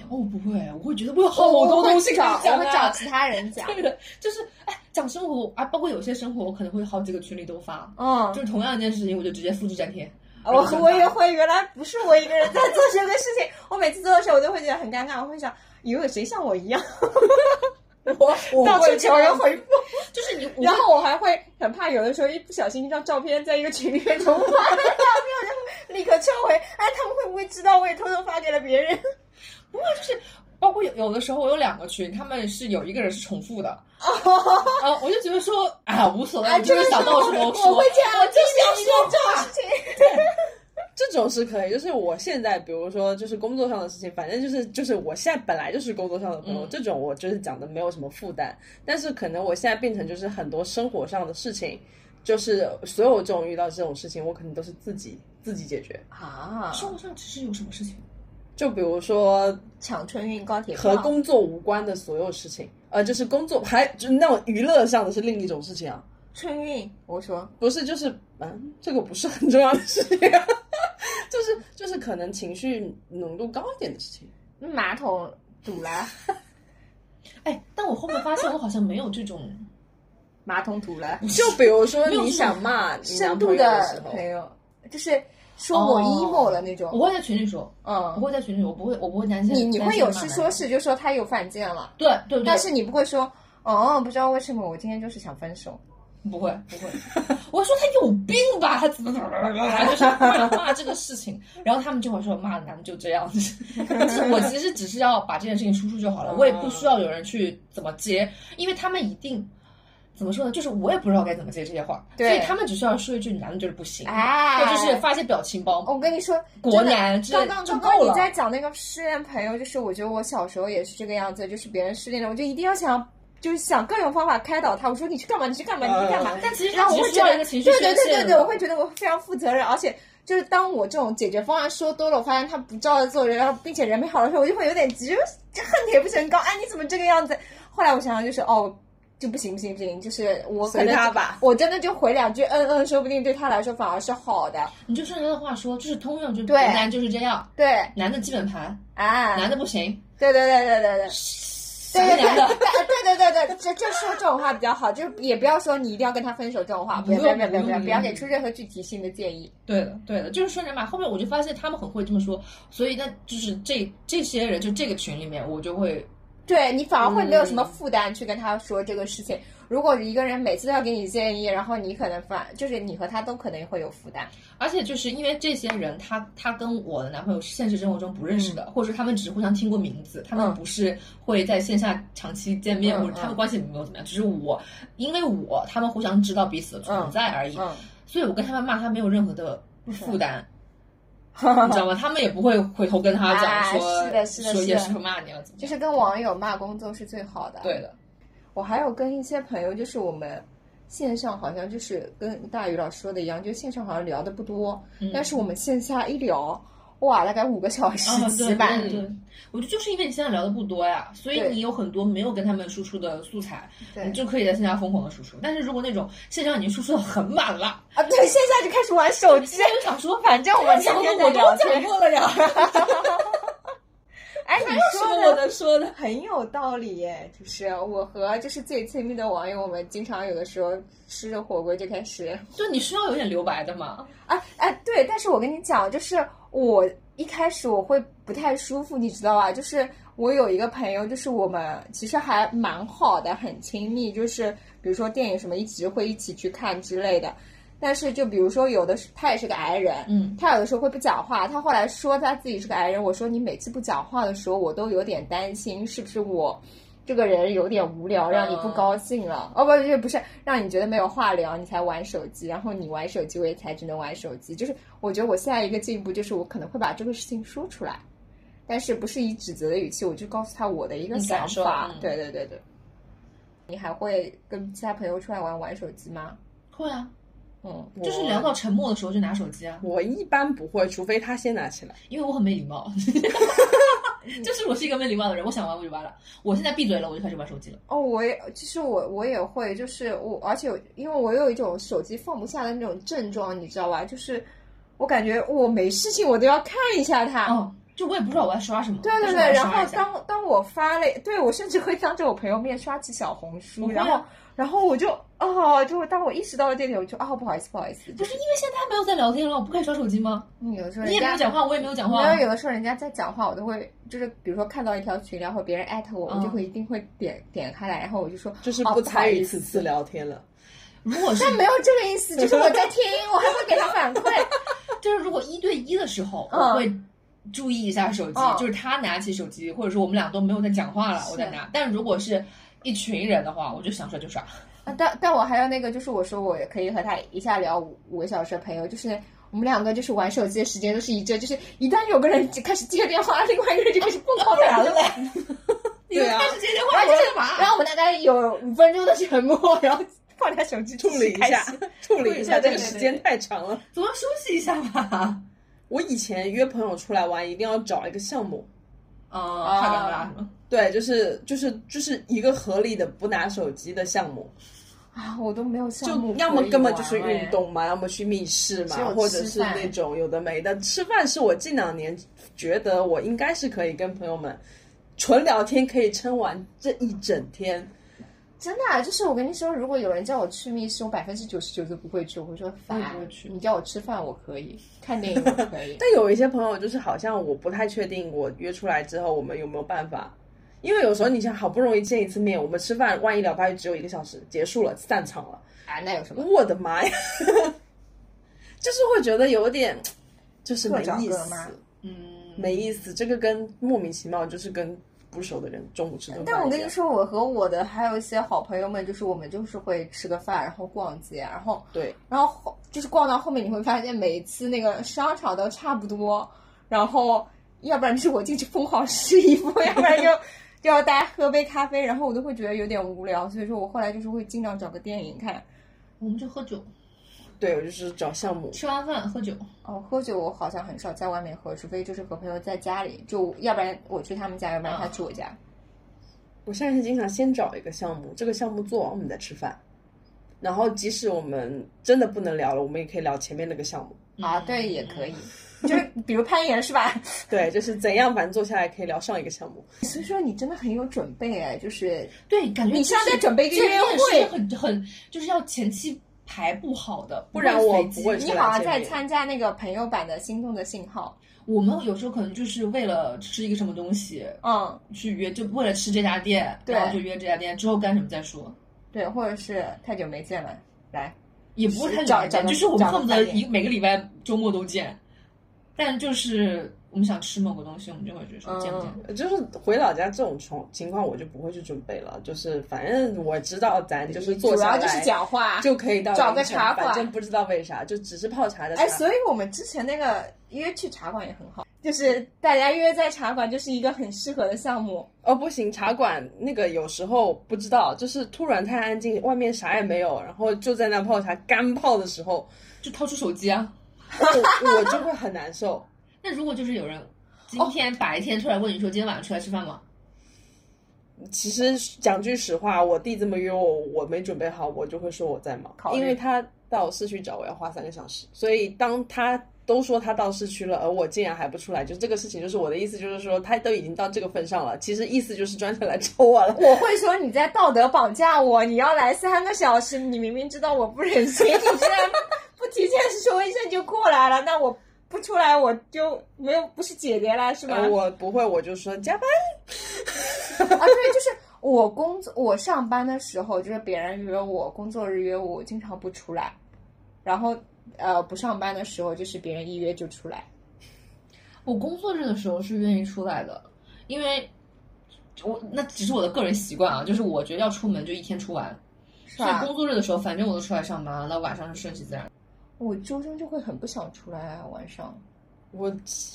Speaker 3: 我哦不会，我会觉得我有好多东西可以
Speaker 2: 找，哦我
Speaker 3: 讲
Speaker 2: 们
Speaker 3: 啊
Speaker 2: 找其他人讲。啊
Speaker 3: 对的， 就是哎，讲生活啊，包括有些生活，我可能会好几个群里都发，
Speaker 2: 嗯
Speaker 3: 就，是同样一件事情，我就直接复制粘贴。
Speaker 2: 我我也会，原来不是我一个人在做这个事情。我每次做的时候，我都会觉得很尴尬，我会想，以后有谁像我一样
Speaker 1: 我我
Speaker 2: 到处求人回复？
Speaker 3: 就是你，我
Speaker 2: 然后我还会很怕，有的时候一不小心一张照片在一个群里面重发，然后就立刻撤回。哎，他们会不会知道我也偷偷发给了别人？
Speaker 3: 包括有有的时候，我有两个群，他们是有一个人是重 复的，呃，我就觉得说啊，无所谓，
Speaker 2: 哎，
Speaker 3: 就
Speaker 2: 这
Speaker 3: 是
Speaker 2: 个
Speaker 3: 想到什么
Speaker 2: 我
Speaker 3: 说
Speaker 2: 会。这样，我就想说这种事情。
Speaker 1: 这种是可以，就是我现在，比如说，就是工作上的事情，反正就是就是我现在本来就是工作上的朋友，
Speaker 3: 嗯
Speaker 1: 这种我就是讲的没有什么负担。但是可能我现在变成就是很多生活上的事情，就是所有这种遇到这种事情，我可能都是自己自己解决。
Speaker 2: 啊
Speaker 3: 生活上其实有什么事情？
Speaker 1: 就比如说呃
Speaker 2: 抢春运高铁
Speaker 1: 和工作无关的所有事情，呃，就是工作还就那种娱乐上的是另一种事情啊，
Speaker 2: 春运，我说
Speaker 1: 不是就是嗯，这个不是很重要的事情、啊， 就是就是可能情绪浓度高一点的事情。
Speaker 2: 嗯马桶堵了，
Speaker 3: 哎，但我后面发现我好像没有这种，
Speaker 2: 马桶堵了，
Speaker 1: 就比如说
Speaker 3: 没有
Speaker 1: 你想骂你
Speaker 2: 深
Speaker 1: 男朋
Speaker 2: 度
Speaker 1: 友的时
Speaker 2: 的
Speaker 1: 候
Speaker 2: 朋，友，就是说我
Speaker 3: 哦
Speaker 2: emo 了那
Speaker 3: 我
Speaker 2: 种。
Speaker 3: 会在群里说，我
Speaker 2: 嗯，
Speaker 3: 会在群里说，我不会，我不会担心。
Speaker 2: 你你
Speaker 3: 担
Speaker 2: 会
Speaker 3: 心
Speaker 2: 有
Speaker 3: 骂
Speaker 2: 事
Speaker 3: 男
Speaker 2: 说
Speaker 3: 人
Speaker 2: 事，就说他有犯贱了，
Speaker 3: 对对对，
Speaker 2: 但是你不会说。哦，不知道为什么我今天就是想分手。
Speaker 3: 不会不会， 我说他有病吧，他怎么怎么怎么，就是骂骂这个事情， 然后他们就会说骂男的就这样子。 我其实只是要把这件事情输出就
Speaker 2: 嗯
Speaker 3: 好了，我也不需要有人去怎么接，因为他们一定怎么说呢，就是我也不知道该怎么接这些话，所
Speaker 2: 对
Speaker 3: 以他们只需要说一句你男的就是不行，
Speaker 2: 哎
Speaker 3: 或者是发一些表情包，
Speaker 2: 我跟你说，
Speaker 3: 国男之类
Speaker 2: 真的
Speaker 3: 的
Speaker 2: 刚
Speaker 3: 就
Speaker 2: 刚
Speaker 3: 够
Speaker 2: 刚刚你
Speaker 3: 了。
Speaker 2: 在讲那个失恋朋友，就是我觉得我小时候也是这个样子，就是别人失恋了，我就一定要想要就是想各种方法开导他。我说你去干嘛？你去干嘛？你去干嘛
Speaker 3: 嗯？
Speaker 2: 但
Speaker 3: 其实
Speaker 2: 然后
Speaker 3: 只
Speaker 2: 我
Speaker 3: 是
Speaker 2: 会
Speaker 3: 需
Speaker 2: 觉得
Speaker 3: 要一个情绪
Speaker 2: 对对
Speaker 3: 宣
Speaker 2: 对
Speaker 3: 泄
Speaker 2: 对对，
Speaker 3: 嘛
Speaker 2: 我会觉得我非常负责任，而且就是当我这种解决方案说多了，我发现他不照着做，然后并且人没好的时候，我就会有点急，就是这恨铁不成钢。哎，你怎么这个样子？后来我想想，就是哦。就不行不行不行，就是我可
Speaker 1: 随
Speaker 2: 能
Speaker 1: 他
Speaker 2: 就
Speaker 1: 吧
Speaker 2: 我真的就回两句嗯嗯，说不定对他来说反而是好的。
Speaker 3: 你就顺着他的话说，这是通用，就是
Speaker 2: 对
Speaker 3: 直男就是这样，
Speaker 2: 对，
Speaker 3: 男的基本盘，
Speaker 2: 啊，
Speaker 3: 男的不行，
Speaker 2: 对对对对对对。对对对对
Speaker 3: 啥男的，
Speaker 2: 对对对对，这这说这种话比较好，就是也不要说你一定要跟他分手这种话，不要不要不要不要不要不要给出任何具体性的建议。
Speaker 3: 对的，对的，就是顺着骂。后面我就发现他们很会这么说，所以那就是这这些人，就这个群里面，我就会
Speaker 2: 对你反而会没有什么负担去跟他说这个事情。如果一个人每次都要给你建议，然后你可能反就是你和他都可能会有负担。
Speaker 3: 而且就是因为这些人他，他跟我的男朋友是现实生活中不认识的，或者说他们只是互相听过名字，他们
Speaker 2: 嗯
Speaker 3: 不是会在线下长期见面，
Speaker 2: 嗯
Speaker 3: 或者他们
Speaker 2: 嗯
Speaker 3: 关系没有怎么样，只是我因为我他们互相知道彼此的存在而已，
Speaker 2: 嗯，
Speaker 3: 所以我跟他们骂他没有任何的 负担。你知道吗？他们也不会回头跟他讲说，
Speaker 2: 啊是的是的
Speaker 3: 说
Speaker 2: 是
Speaker 3: 叶
Speaker 2: 的
Speaker 3: 师傅骂你了，怎么
Speaker 2: 就
Speaker 3: 样
Speaker 2: 是跟网友骂工作是最好的。
Speaker 3: 对的，
Speaker 2: 我还有跟一些朋友，就是我们线上好像就是跟大宇老师说的一样，就线上好像聊的不多，
Speaker 3: 嗯
Speaker 2: 但是我们线下一聊，哇，大概五个小时
Speaker 3: 啊，
Speaker 2: 起
Speaker 3: 对
Speaker 2: 码。
Speaker 3: 对对，我觉得就是因为你现在聊的不多呀，所以
Speaker 2: 对
Speaker 3: 你有很多没有跟他们输出的素材，
Speaker 2: 对
Speaker 3: 你就可以在线下疯狂的输出。但是如果那种线上已经输出的很满了，
Speaker 2: 啊，对，线下就开始玩手机
Speaker 3: 现在，就想说，
Speaker 2: 反正我们今
Speaker 3: 讲的
Speaker 2: 天
Speaker 3: 我
Speaker 2: 在
Speaker 3: 都
Speaker 2: 聊
Speaker 3: 讲
Speaker 2: 天。
Speaker 3: 过了 呀，
Speaker 2: 哎，你
Speaker 3: 什么我
Speaker 2: 说的
Speaker 3: 能说的？
Speaker 2: 很有道理耶，就是我和就是最亲密的网友，我们经常有的时候吃着火锅就开始
Speaker 3: 就你需要有点留白 的嘛。
Speaker 2: 啊哎，对，但是我跟你讲，就是我一开始我会不太舒服，你知道吧？就是我有一个朋友，就是我们其实还蛮好的，很亲密，就是比如说电影什么一直会一起去看之类的。但是就比如说有的是他也是个癌人，
Speaker 3: 嗯，
Speaker 2: 他有的时候会不讲话。他后来说他自己是个癌人，我说你每次不讲话的时候，我都有点担心，是不是我这个人有点无聊，让你
Speaker 3: 嗯
Speaker 2: 不高兴了？哦，不，不不是，让你觉得没有话聊，你才玩手机，然后你玩手机，我也才只能玩手机。就是我觉得我下一个进步就是我可能会把这个事情说出来，但是不是以指责的语气，我就告诉他我的一个
Speaker 3: 你
Speaker 2: 想
Speaker 3: 感受
Speaker 2: 法。
Speaker 3: 嗯
Speaker 2: 对对对对。你还会跟其他朋友出来玩玩手机吗？
Speaker 3: 会啊，
Speaker 2: 嗯，
Speaker 3: 就是聊到沉默的时候就拿手机啊，
Speaker 1: 我一般不会，除非他先拿起来。
Speaker 3: 因为我很没礼 貌。就是我是一个没礼貌的人，我想玩我就玩了。我现在闭嘴了，我就开始玩手机了。
Speaker 2: 哦，我也其实我我也会，就是我，而且因为我有一种手机放不下的那种症状，你知道吧？就是我感觉我没事情，我都要看一下它。
Speaker 3: 哦，就我也不知道我在刷什么。
Speaker 2: 对
Speaker 3: 但
Speaker 2: 对
Speaker 3: 是我要
Speaker 2: 对，然
Speaker 3: 刷
Speaker 2: 后
Speaker 3: 一下
Speaker 2: 当当我发了，对我甚至会当着我朋友面刷起小红书，
Speaker 3: 我会
Speaker 2: 然
Speaker 3: 啊
Speaker 2: 后然后我就哦，就当我意识到了这点，我就哦不好意思不好意思，
Speaker 3: 不是因为现在没有在聊天了，我不可以刷手机吗？
Speaker 2: 嗯，有的时候
Speaker 3: 你
Speaker 2: 人
Speaker 3: 也没有
Speaker 2: 家
Speaker 3: 讲话，我也没有讲话啊
Speaker 2: 没。有有的时候人家在讲话，我都会就是比如说看到一条群聊或别人艾特我，我就
Speaker 3: 嗯
Speaker 2: 会一定会点点开来，然后我就说
Speaker 1: 就是
Speaker 2: 哦不
Speaker 1: 不参
Speaker 2: 好
Speaker 1: 与
Speaker 2: 意
Speaker 1: 此
Speaker 2: 思
Speaker 1: 次聊天了。
Speaker 3: 如果是
Speaker 2: 但没有这个意 思，就是我在听，我还会给他反馈。
Speaker 3: 就是如果一对一的时候，
Speaker 2: 嗯
Speaker 3: 我会注意一下手机，
Speaker 2: 嗯
Speaker 3: 就是他拿起手机，或者说我们俩都没有在讲话了，
Speaker 2: 是
Speaker 3: 我在拿。但如果是一群人的话，我就想刷就刷。
Speaker 2: 啊但但我还有那个，就是我说我可以和他一下聊五五个小时的朋友，就是我们两个就是玩手机的时间都是一致，就是一旦有个人就开始接电话，另外一个人就开始疯狂打 电话。
Speaker 1: 对啊
Speaker 3: 你开始接电
Speaker 2: 然
Speaker 3: 话，
Speaker 2: 后
Speaker 3: 我
Speaker 2: 就是
Speaker 3: 干嘛？
Speaker 2: 然后我们大概有五分钟的沉默，然后放下手机
Speaker 1: 处理一下，处理一下，
Speaker 2: 对
Speaker 1: 这个
Speaker 2: 对对
Speaker 1: 时间太长了。
Speaker 3: 总要休息一下吧。
Speaker 1: 我以前约朋友出来玩，一定要找一个项目，
Speaker 3: 嗯，怕尴尬是吗？
Speaker 1: 对，就是就是就是一个合理的不拿手机的项目，
Speaker 2: 啊，我都没有项目
Speaker 1: 就
Speaker 2: 可以玩，
Speaker 1: 要么根本就是运动嘛，要么去密室
Speaker 2: 哎只有
Speaker 1: 嘛，
Speaker 2: 吃
Speaker 1: 或者是那种有的没的。吃饭是我近两年觉得我应该是可以跟朋友们纯聊天，可以撑完这一整天。
Speaker 2: 哎。真的、啊，就是我跟你说，如果有人叫我去密室，我百分之九十九都不会去，我会说烦
Speaker 3: 我也不会。去
Speaker 2: 你叫我吃饭，我可以；看电影，我 可以。
Speaker 1: 但有一些朋友就是好像我不太确定，我约出来之后我们有没有办法，因为有时候你想好不容易见一次面，我们吃饭万一聊八句只有一个小时，结束了散场了，
Speaker 2: 啊，那有什么？
Speaker 1: 我的妈呀， 就是会觉得有点就是没
Speaker 2: 各找
Speaker 1: 意
Speaker 2: 各
Speaker 1: 思
Speaker 2: 妈，
Speaker 3: 嗯，
Speaker 1: 没意思。这个跟莫名其妙就是跟不熟的人中午吃顿饭一样，
Speaker 2: 但我跟你说，我和我的还有一些好朋友们，就是我们就是会吃个饭，然后逛街，然后
Speaker 1: 对，
Speaker 2: 然后后就是逛到后面，你会发现每一次那个商场都差不多，然后要不然就是我进去疯狂试衣服，要不然就就要大家喝杯咖啡，然后我都会觉得有点无聊，所以说我后来就是会尽量找个电影看。
Speaker 3: 我们就喝酒，
Speaker 1: 对我就是找项目，
Speaker 3: 吃完饭喝酒。
Speaker 2: 哦，喝酒我好像很少在外面喝，除非就是和朋友在家里，就要不然我去他们家，要不然他去我家。
Speaker 1: 我现在是经常先找一个项目，这个项目做完我们再吃饭，然后即使我们真的不能聊了，我们也可以聊前面那个项目。
Speaker 2: 啊，对，也可以，就是比如攀岩是吧？
Speaker 1: 对，就是怎样，反正做下来可以聊上一个项目。
Speaker 2: 所以说你真的很有准备哎，就是
Speaker 3: 对，感觉
Speaker 2: 你
Speaker 3: 就
Speaker 2: 像在
Speaker 3: 是
Speaker 2: 准备一个
Speaker 3: 这
Speaker 2: 约
Speaker 3: 面
Speaker 2: 会
Speaker 3: 是很很就是要前期排布好的，
Speaker 1: 不然我
Speaker 3: 随机
Speaker 1: 不会
Speaker 2: 你
Speaker 1: 出来
Speaker 2: 好像
Speaker 1: 见
Speaker 2: 在
Speaker 1: 面
Speaker 2: 参加那个朋友版的《心动的信号
Speaker 3: 我们有时候可能就是为了吃一个什么东西》。
Speaker 2: 嗯，
Speaker 3: 去约，就为了吃这家店，
Speaker 2: 对
Speaker 3: 然后就约这家店，之后干什么再说，
Speaker 2: 对，或者是太久没见了，来，
Speaker 3: 也不是太
Speaker 2: 找
Speaker 3: 远
Speaker 2: 找个
Speaker 3: 就是我们
Speaker 2: 找个
Speaker 3: 恨不得
Speaker 2: 饭店
Speaker 3: 一每个礼拜周末都见，但就是我们想吃某个东西，我们就会觉得说见不见。
Speaker 2: 嗯
Speaker 1: 就是回老家这种情情况，我就不会去准备了。就是反正我知道咱就是坐
Speaker 2: 主
Speaker 1: 下
Speaker 2: 要
Speaker 1: 来
Speaker 2: 就是讲话。
Speaker 1: 就可以到
Speaker 2: 找个
Speaker 1: 凌晨
Speaker 2: 茶馆
Speaker 1: 反正不知道为啥，就只是泡茶的茶。
Speaker 2: 哎，所以我们之前那个约去茶馆也很好，就是大家约在茶馆就是一个很适合的项目。
Speaker 1: 哦，不行，茶馆那个有时候不知道，就是突然太安静，外面啥也没有，然后就在那泡茶，干泡的时候，
Speaker 3: 就掏出手机啊。
Speaker 1: 我我就会很难受。
Speaker 3: 那如果就是有人今天白天突然问你说今天晚上出来吃饭吗？
Speaker 1: 其实讲句实话，我弟这么约我，我没准备好，我就会说我在忙
Speaker 2: 考，虑
Speaker 1: 因为他到市区找我要花三个小时，所以当他都说他到市区了，而我竟然还不出来，就这个事情，就是我的意思，就是说他都已经到这个份上了，其实意思就是专程来找我了。
Speaker 2: 我会说你在道德绑架我，你要来三个小时，你明明知道我不忍心，你居然不提前说一声就过来了，那我不出来我就没有不是姐姐啦，是吧？
Speaker 1: 呃我不会，我就说加班。
Speaker 2: 啊，对，就是我工作，我上班的时候，就是别人约我，工作日约我，我经常不出来。然后，呃，不上班的时候，就是别人一约就出来。
Speaker 3: 我工作日的时候是愿意出来的，因为我那只是我的个人习惯啊，就是我觉得要出门就一天出完，
Speaker 2: 是
Speaker 3: 所以
Speaker 2: 吧？
Speaker 3: 工作日的时候反正我都出来上班了，那晚上是顺其自然。
Speaker 2: 我周中就会很不想出来啊，晚上。
Speaker 1: 我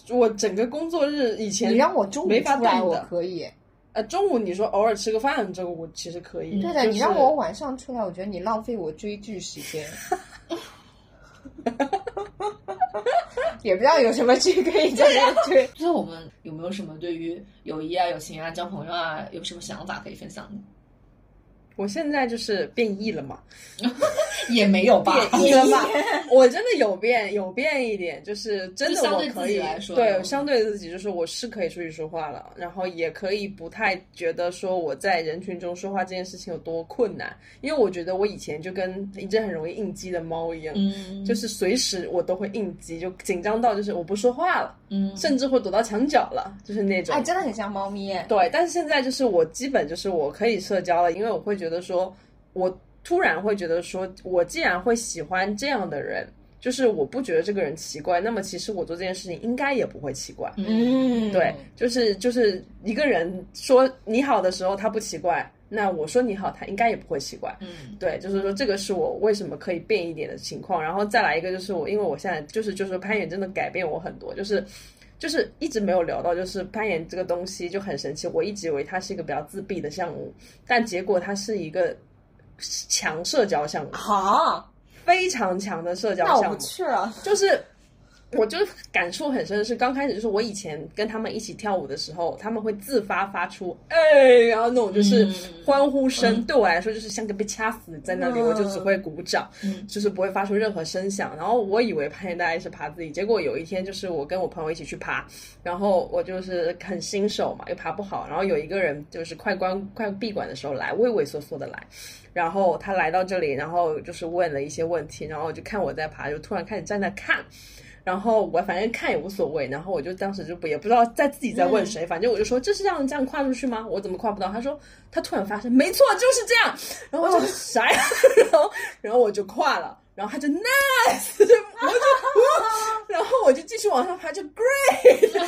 Speaker 1: 我整个工作日以前，
Speaker 2: 你让我中午
Speaker 1: 没法
Speaker 2: 出来，
Speaker 1: 动
Speaker 2: 我
Speaker 1: 的
Speaker 2: 可以。
Speaker 1: 呃中午你说偶尔吃个饭，这个我其实可以。
Speaker 2: 对的，
Speaker 1: 就是
Speaker 2: 你让我晚上出来，我觉得你浪费我追剧时 间。也不知道有什么剧可以在这追。
Speaker 3: 最后我们有没有什么对于友谊啊、友情啊、交朋友啊有什么想法可以分享的？
Speaker 1: 我现在就是变异了嘛，
Speaker 3: 也没有吧。
Speaker 1: 变 异了吧？我真的有变，有变一点，就是真的
Speaker 3: 就相
Speaker 1: 我
Speaker 3: 对
Speaker 1: 可
Speaker 3: 自己
Speaker 1: 以
Speaker 3: 来说
Speaker 1: 对
Speaker 3: 嗯
Speaker 1: 相对自己，就是我是可以出去说话了，然后也可以不太觉得说我在人群中说话这件事情有多困难，因为我觉得我以前就跟一只很容易应激的猫一样。
Speaker 3: 嗯，
Speaker 1: 就是随时我都会应激，就紧张到就是我不说话了，
Speaker 3: 嗯，
Speaker 1: 甚至会躲到墙角了，就是那种。
Speaker 2: 哎，真的很像猫咪耶。
Speaker 1: 对，但是现在就是我基本就是我可以社交了，因为我会觉得说，我突然会觉得说，我既然会喜欢这样的人，就是我不觉得这个人奇怪，那么其实我做这件事情应该也不会奇怪。
Speaker 3: 嗯
Speaker 2: 嗯，
Speaker 1: 对，就是就是一个人说你好的时候他不奇怪，那我说你好他应该也不会奇怪。
Speaker 3: 嗯
Speaker 1: 对，就是说这个是我为什么可以变一点的情况，然后再来一个就是我，因为我现在就是就是说攀岩真的改变我很多，就是就是一直没有聊到，就是攀岩这个东西就很神奇，我一直以为它是一个比较自闭的项目，但结果它是一个强社交项目，
Speaker 2: 好，
Speaker 1: 非常强的社交
Speaker 2: 那我
Speaker 1: 项
Speaker 2: 不
Speaker 1: 目，
Speaker 2: 去了。
Speaker 1: 就是。我就感触很深的是，刚开始就是我以前跟他们一起跳舞的时候，他们会自发发出“哎”，然后那种就是
Speaker 3: 嗯
Speaker 1: 欢呼声，对我来说就是像个被掐死在那里，
Speaker 2: 嗯
Speaker 1: 我就只会鼓掌。
Speaker 3: 嗯
Speaker 1: 就是不会发出任何声响。然后我以为攀岩大概是爬自己，结果有一天就是我跟我朋友一起去爬，然后我就是很新手嘛，又爬不好。然后有一个人就是快关快闭馆的时候来，畏畏缩缩的来，然后他来到这里，然后就是问了一些问题，然后就看我在爬，就突然开始站那看。然后我反正看也无所谓，然后我就当时就不也不知道在自己在问谁，反正我就说这是让这样跨出去吗？我怎么跨不到？他说他突然发声，没错就是这样，然后我就啥呀？然后然后我就跨了，然后他就 nice，就我就 然后我就继续往上爬，就 great，就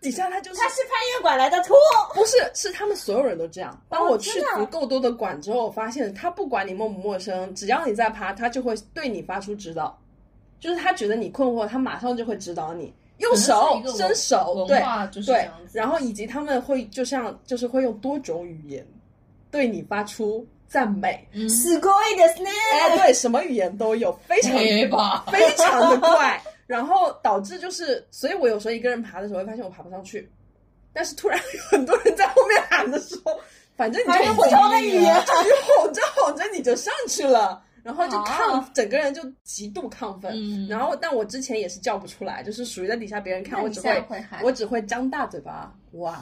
Speaker 1: 底下他就是
Speaker 2: 他是攀岩馆来的兔。
Speaker 1: 不是，是他们所有人都这
Speaker 3: 哦
Speaker 1: 样。当我去
Speaker 2: 真的啊
Speaker 1: 足够多的馆之后，我发现他不管你陌不陌生，只要你在爬，他就会对你发出指导，就是他觉得你困惑，他马上就会指导你。用手
Speaker 3: 可能是一个文
Speaker 1: 伸手，
Speaker 3: 文
Speaker 1: 对
Speaker 3: 化就是这
Speaker 1: 对
Speaker 3: 样，子。
Speaker 1: 然后以及他们会就像就是会用多种语言对你发出赞美，
Speaker 3: 嗯，
Speaker 2: すごいですね。
Speaker 1: 哎，对，什么语言都有，非常
Speaker 3: 黑 吧，
Speaker 1: 非常的快，然后导致就是，所以我有时候一个人爬的时候会发现我爬不上去，但是突然有很多人在后面喊的时候，反正你
Speaker 2: 发
Speaker 1: 就
Speaker 2: 现
Speaker 1: 吼
Speaker 2: 不同的语言
Speaker 1: 你吼着吼着你就上去了，然后就亢，
Speaker 2: 啊
Speaker 1: 整个人就极度亢奋。
Speaker 3: 嗯
Speaker 1: 然后，但我之前也是叫不出来，就是属于在底下别人看我只
Speaker 2: 那
Speaker 1: 会
Speaker 2: 你下回喊
Speaker 1: 我只会张大嘴巴哇，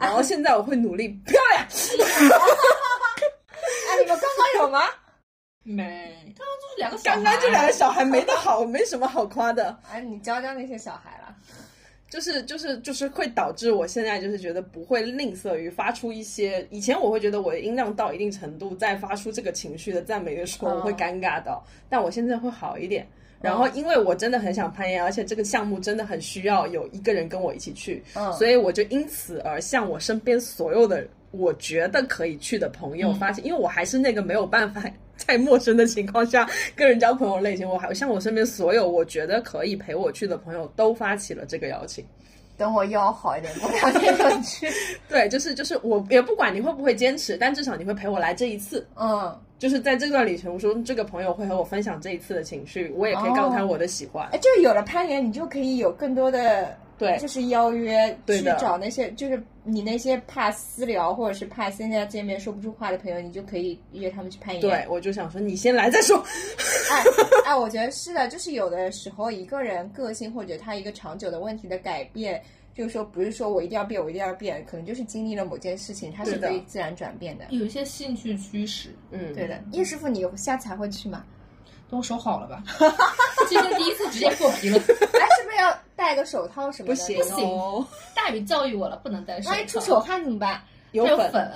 Speaker 1: 然后现在我会努力漂亮，
Speaker 2: 哎，你们刚 刚有吗？
Speaker 3: 没，刚刚就是两个小孩
Speaker 1: 刚刚这两个小孩没得好，没什么好夸的。
Speaker 2: 哎，你教教那些小孩了。
Speaker 1: 就是就是就是会导致我现在就是觉得不会吝啬于发出一些，以前我会觉得我的音量到一定程度再发出这个情绪的赞美的时候，
Speaker 2: 哦
Speaker 1: 我会尴尬到，但我现在会好一点。然后，因为我真的很想攀岩，而且这个项目真的很需要有一个人跟我一起去，
Speaker 2: 嗯
Speaker 1: 所以我就因此而向我身边所有的我觉得可以去的朋友发现，因为我还是那个没有办法在陌生的情况下跟人交朋友类型，我还向我身边所有我觉得可以陪我去的朋友都发起了这个邀 请。
Speaker 2: 等我腰好一点，过两天就 去。
Speaker 1: 对，就是就是我也不管你会不会坚持，但至少你会陪我来这一次。
Speaker 2: 嗯，
Speaker 1: 就是在这段旅程中，这个朋友会和我分享这一次的情绪，我也可以告诉他我的喜欢。
Speaker 2: 哎，就是有了攀岩，你就可以有更多的
Speaker 1: 对
Speaker 2: 就是邀约
Speaker 1: 哎对
Speaker 2: 去
Speaker 1: 的
Speaker 2: 找那些，就是你那些怕私聊或者是怕线下见面说不出话的朋友，你就可以约他们去攀岩。
Speaker 1: 对，我就想说你先来再说。
Speaker 2: 哎哎，我觉得是的，就是有的时候一个人个性或者他一个长久的问题的改变，就是说不是说我一定要变，我一定要变，可能就是经历了某件事情，它是
Speaker 1: 对的
Speaker 2: 可以自然转变的。
Speaker 3: 有一些兴趣驱使，
Speaker 1: 嗯，
Speaker 2: 对的，叶师傅，你下次还会去吗？
Speaker 3: 都收好了吧？今天第一次直接破皮了，
Speaker 2: 哎，是不是要戴个手套什么的？
Speaker 1: 不行哦，
Speaker 3: 大宇教育我了，不能戴手套。
Speaker 2: 万一出手汗怎么办？
Speaker 1: 有
Speaker 3: 还有
Speaker 1: 粉
Speaker 3: 粉，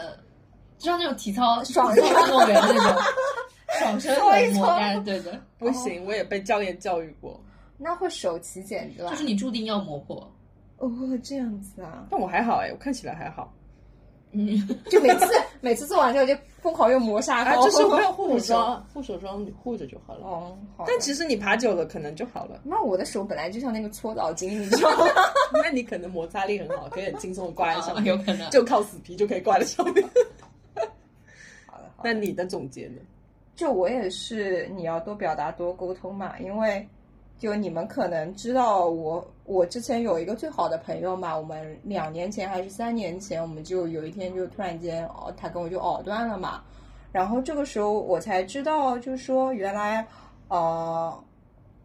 Speaker 3: 就像那种体操
Speaker 2: 爽
Speaker 3: 运动员那种爽身
Speaker 2: 搓一
Speaker 3: 粉
Speaker 2: 搓
Speaker 3: 抹干，对的，
Speaker 1: 不行，我也被教练教育过，
Speaker 2: 那会手起茧子吧？
Speaker 3: 就是你注定要磨破。
Speaker 2: 哦，这样子啊，
Speaker 1: 但我还好哎，我看起来还好。
Speaker 3: 嗯，
Speaker 2: 就每次 每次做完之后就疯狂用磨砂
Speaker 1: 啊，
Speaker 2: 膏，
Speaker 1: 就是没有 护手霜，护手霜你护着就好了。
Speaker 2: 哦，好的。，
Speaker 1: 但其实你爬久了可能就好了
Speaker 2: 那我的手本来就像那个搓澡巾，你知道吗？
Speaker 1: 那你可能摩擦力很好，可以很轻松的挂在上
Speaker 3: 啊
Speaker 1: 面，
Speaker 3: 有可能。
Speaker 1: 就靠死皮就可以挂在上 面。
Speaker 2: 好的，好的
Speaker 1: 那。你的总结呢？
Speaker 2: 就我也是，你要多表达多沟通嘛，因为就你们可能知道我，我之前有一个最好的朋友嘛，我们两年前还是三年前，我们就有一天就突然间哦，他跟我就藕断了嘛，然后这个时候我才知道，就是说原来呃，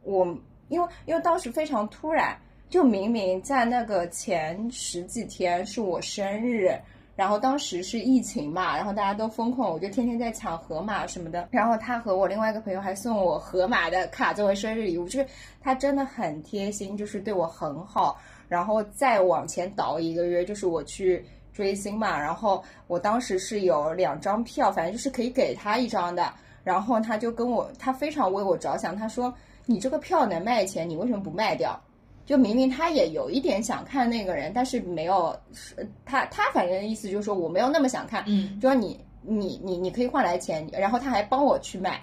Speaker 2: 我因为因为当时非常突然，就明明在那个前十几天是我生日，然后当时是疫情嘛，然后大家都风控，我就天天在抢盒马什么的。然后他和我另外一个朋友还送我盒马的卡作为生日礼物，就是他真的很贴心，就是对我很好。然后再往前倒一个月，就是我去追星嘛，然后我当时是有两张票，反正就是可以给他一张的。然后他就跟我，他非常为我着想，他说：“你这个票能卖钱，你为什么不卖掉？”就明明他也有一点想看那个人，但是没有，是他他反正意思就是说我没有那么想看，
Speaker 3: 嗯，
Speaker 2: 就说你你你你可以换来钱，然后他还帮我去卖，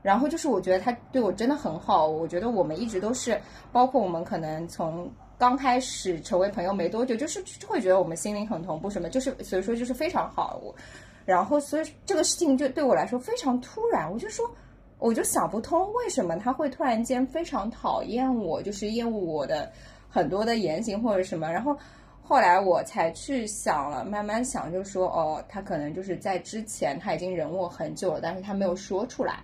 Speaker 2: 然后就是我觉得他对我真的很好，我觉得我们一直都是，包括我们可能从刚开始成为朋友没多久，就是就会觉得我们心灵很同步什么，就是所以说就是非常好我，然后所以这个事情就对我来说非常突然，我就说。我就想不通为什么他会突然间非常讨厌我，就是厌恶我的很多的言行或者什么。然后后来我才去想了，慢慢想，就说哦，他可能就是在之前他已经忍我很久了，但是他没有说出来。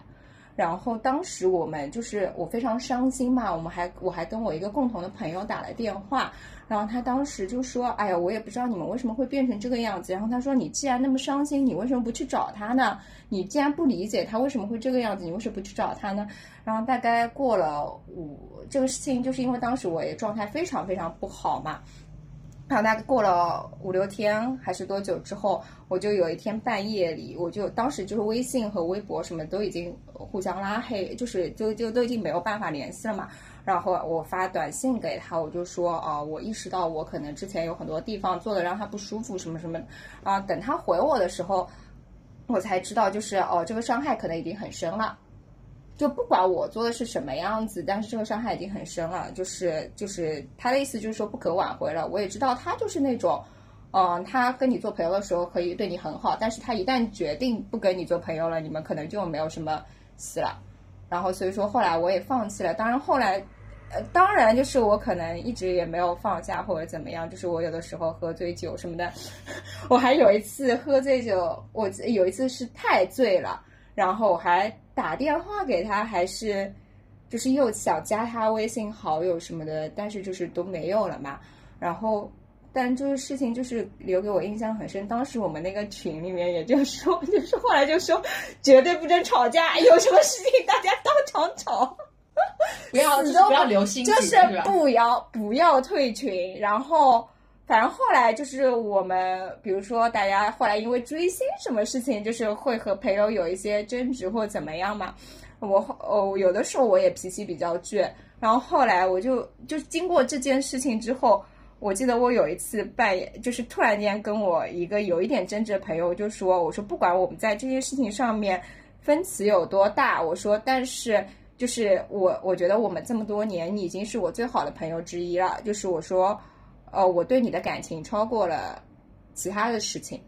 Speaker 2: 然后当时我们就是我非常伤心嘛，我们还我还跟我一个共同的朋友打了电话，然后他当时就说：“哎呀，我也不知道你们为什么会变成这个样子。”然后他说：“你既然那么伤心，你为什么不去找他呢？你既然不理解他为什么会这个样子，你为什么不去找他呢？”然后大概过了五，这个事情就是因为当时我也状态非常非常不好嘛，然后大概过了五六天还是多久之后，我就有一天半夜里，我就当时就是微信和微博什么都已经互相拉黑，就是就就都已经没有办法联系了嘛。然后我发短信给他，我就说啊、我意识到我可能之前有很多地方做的让他不舒服什么什么的啊、等他回我的时候，我才知道就是哦、这个伤害可能已经很深了。就不管我做的是什么样子，但是这个伤害已经很深了。就是就是他的意思就是说不可挽回了。我也知道他就是那种，嗯、他跟你做朋友的时候可以对你很好，但是他一旦决定不跟你做朋友了，你们可能就没有什么戏了。然后所以说后来我也放弃了。当然后来，呃，当然就是我可能一直也没有放下或者怎么样，就是我有的时候喝醉酒什么的， 我还有一次喝醉酒，我有一次是太醉了，然后我还打电话给他，还是就是又想加他微信好友什么的，但是就是都没有了嘛。然后，但这个事情就是留给我印象很深。当时我们那个群里面也就说， 就是后来就说绝对不准吵架，有什么事情大家当场吵。
Speaker 3: 不要
Speaker 2: 死
Speaker 3: 就
Speaker 2: 都
Speaker 3: 是不要留心机，
Speaker 2: 就是
Speaker 3: 是吧？
Speaker 2: 不要不要退群，然后反正后来就是我们，比如说大家后来因为追星什么事情，就是会和朋友有一些争执或怎么样嘛。我后哦，有的时候我也脾气比较倔，然后后来我就就是经过这件事情之后，我记得我有一次扮演，就是突然间跟我一个有一点争执的朋友，我就说，我说不管我们在这件事情上面分歧有多大，我说，但是就是我我觉得我们这么多年，你已经是我最好的朋友之一了，就是我说，呃，我对你的感情超过了其他的事情。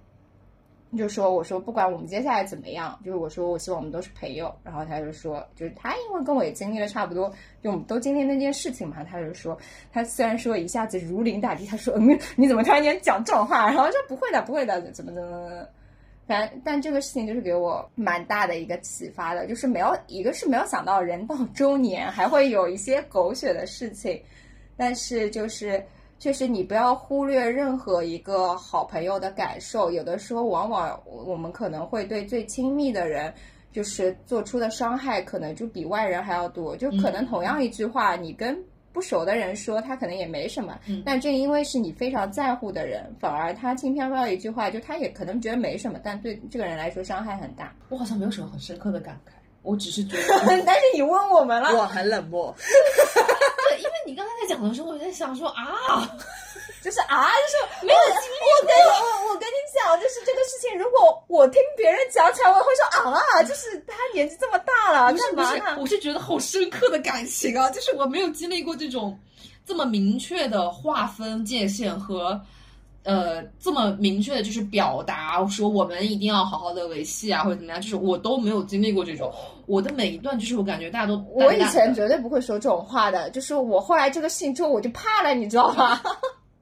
Speaker 2: 就说我说不管我们接下来怎么样，就是我说我希望我们都是朋友。然后他就说，就是他因为跟我也经历了差不多，就我们都经历那件事情嘛。他就说，他虽然说一下子如临大敌，他说嗯，你怎么突然间讲这种话？然后说不会的，不会的，怎么怎么怎么怎么。反正但这个事情就是给我蛮大的一个启发的，就是没有一个是没有想到人到中年还会有一些狗血的事情，但是就是确实你不要忽略任何一个好朋友的感受，有的时候往往我们可能会对最亲密的人。就是做出的伤害可能就比外人还要多，就可能
Speaker 3: 嗯
Speaker 2: 同样一句话，你跟不熟的人说，他可能也没什么，
Speaker 3: 嗯
Speaker 2: 但正因为是你非常在乎的人，反而他轻飘飘一句话，就他也可能觉得没什么，但对这个人来说伤害很大。
Speaker 3: 我好像没有什么很深刻的感慨，我只是觉得，
Speaker 2: 但是你问我们了，
Speaker 1: 我很冷漠，
Speaker 3: 对，因为你刚才在讲的时候，我就在想说啊，
Speaker 2: 就是啊，就是
Speaker 3: 没有
Speaker 2: 我我跟你我我跟你讲，就是这个事情，如果我听别人讲起来，我也会说啊，就是他年纪这么大了，
Speaker 3: 不是
Speaker 2: 干
Speaker 3: 不
Speaker 2: 嘛
Speaker 3: 啊是，
Speaker 2: 呢？
Speaker 3: 我是觉得好深刻的感情啊，就是我没有经历过这种这么明确的划分界限和。呃，这么明确的就是表达说我们一定要好好的维系啊，或者怎么样，就是我都没有经历过这种。我的每一段就是我感觉大家都
Speaker 2: 我以前
Speaker 3: 觉
Speaker 2: 绝对不会说这种话的，就是我后来这个事情之后我就怕了，你知道吗？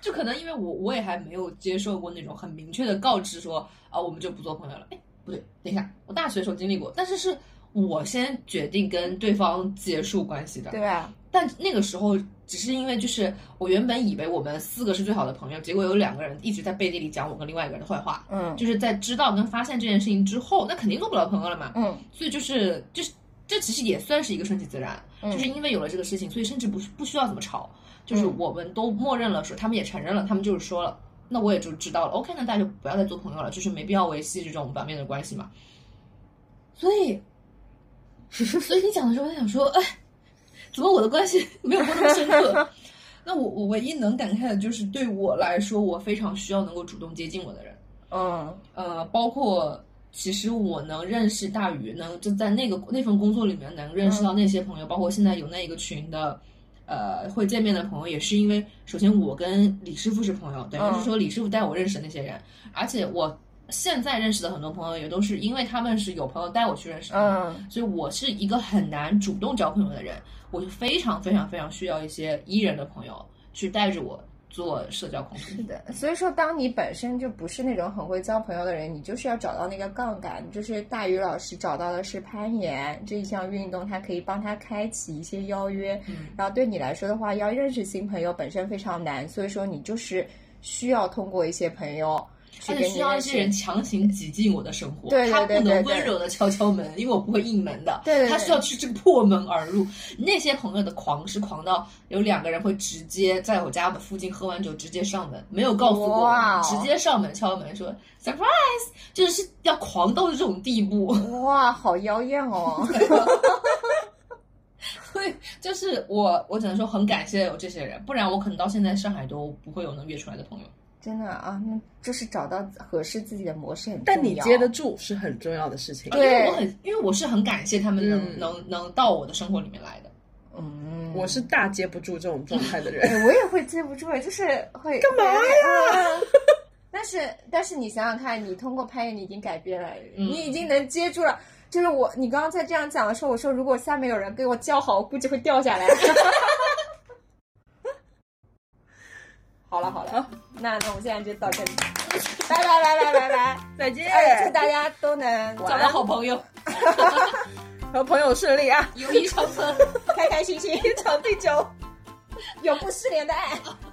Speaker 3: 就可能因为我我也还没有接受过那种很明确的告知说啊、我们就不做朋友了。哎，不对，等一下，我大学的时候经历过，但是是我先决定跟对方结束关系的。
Speaker 2: 对啊吧？
Speaker 3: 但那个时候只是因为就是我原本以为我们四个是最好的朋友，结果有两个人一直在背地里讲我跟另外一个人的坏话，
Speaker 2: 嗯
Speaker 3: 就是在知道跟发现这件事情之后，那肯定做不了朋友了嘛。
Speaker 2: 嗯
Speaker 3: 所以就是就是这其实也算是一个顺其自然，
Speaker 2: 嗯
Speaker 3: 就是因为有了这个事情，所以甚至不是不需要怎么吵，就是
Speaker 2: 嗯
Speaker 3: 我们都默认了说，他们也承认了，他们就是说了，那我也就知道了。OK，那大家就不要再做朋友了，就是没必要维系这种表面的关系嘛。所以，所以你讲的时候，我在想说，哎，怎么我的关系 没有过那么深刻？ 那我我唯一能感慨的就是，对我来说，我非常需要能够主动接近我的人。
Speaker 2: 嗯
Speaker 3: 呃，包括其实我能认识大鱼，能就在那个那份工作里面能认
Speaker 2: 嗯
Speaker 3: 识到那些朋友，包括现在有那一个群的。呃，会见面的朋友也是因为，首先我跟李师傅是朋友，等于
Speaker 2: 嗯
Speaker 3: 是说李师傅带我认识的那些人，而且我现在认识的很多朋友也都是因为他们是有朋友带我去认识的，
Speaker 2: 嗯
Speaker 3: 所以我是一个很难主动交朋友的人，我就非常非常非常需要一些伊人的朋友去带着我做社交空间。
Speaker 2: 是的，所以说，当你本身就不是那种很会交朋友的人，你就是要找到那个杠杆。就是大宇老师找到的是攀岩这一项运动，它可以帮他开启一些邀约。
Speaker 3: 嗯
Speaker 2: 然后对你来说的话，要认识新朋友本身非常难，所以说你就是需要通过一些朋友去
Speaker 3: 而
Speaker 2: 给
Speaker 3: 且
Speaker 2: 你
Speaker 3: 需要
Speaker 2: 认
Speaker 3: 一
Speaker 2: 识
Speaker 3: 些人强行挤进我的生活，
Speaker 2: 对对对
Speaker 3: 他不
Speaker 2: 对
Speaker 3: 能
Speaker 2: 对
Speaker 3: 温柔的敲敲门，因为我不会应门的，
Speaker 2: 对对对
Speaker 3: 他需要去这个破门而入。那些朋友的狂是狂到有两个人会直接在我家附近喝完酒直接上门，没有告诉我
Speaker 2: 哇哦，
Speaker 3: 直接上门敲门说 surprise，就是要狂到这种地步。
Speaker 2: 哇，好妖艳哦！
Speaker 3: 对，就是我，我只能说很感谢有这些人，不然我可能到现在上海都不会有能约出来的朋友。
Speaker 2: 真的啊，那就是找到合适自己的模式很重要。
Speaker 1: 但你接得住是很重要的事情。
Speaker 2: 对
Speaker 3: 因为我很，因为我是很感谢他们能、
Speaker 1: 嗯
Speaker 3: 能能到我的生活里面来的。
Speaker 2: 嗯，
Speaker 1: 我是大接不住这种状态的人。
Speaker 2: 哎，我也会接不住，就是会干
Speaker 1: 嘛
Speaker 2: 呀？但是但是你想想看，你通过攀岩，你已经改变了，
Speaker 3: 嗯
Speaker 2: 你已经能接住了。就是我，你刚刚在这样讲的时候，我说如果下面有人给我叫好，我估计会掉下来。 好了好了，
Speaker 1: 好
Speaker 2: 那那我们现在就到这里，拜拜拜拜拜 拜！
Speaker 1: 再见，
Speaker 2: 哎，祝大家都能
Speaker 1: 晚
Speaker 3: 找到好朋友，
Speaker 1: 和朋友顺利啊，
Speaker 3: 友谊长存。
Speaker 2: 开开心心，
Speaker 1: 天长地久。
Speaker 2: 永不失联的爱。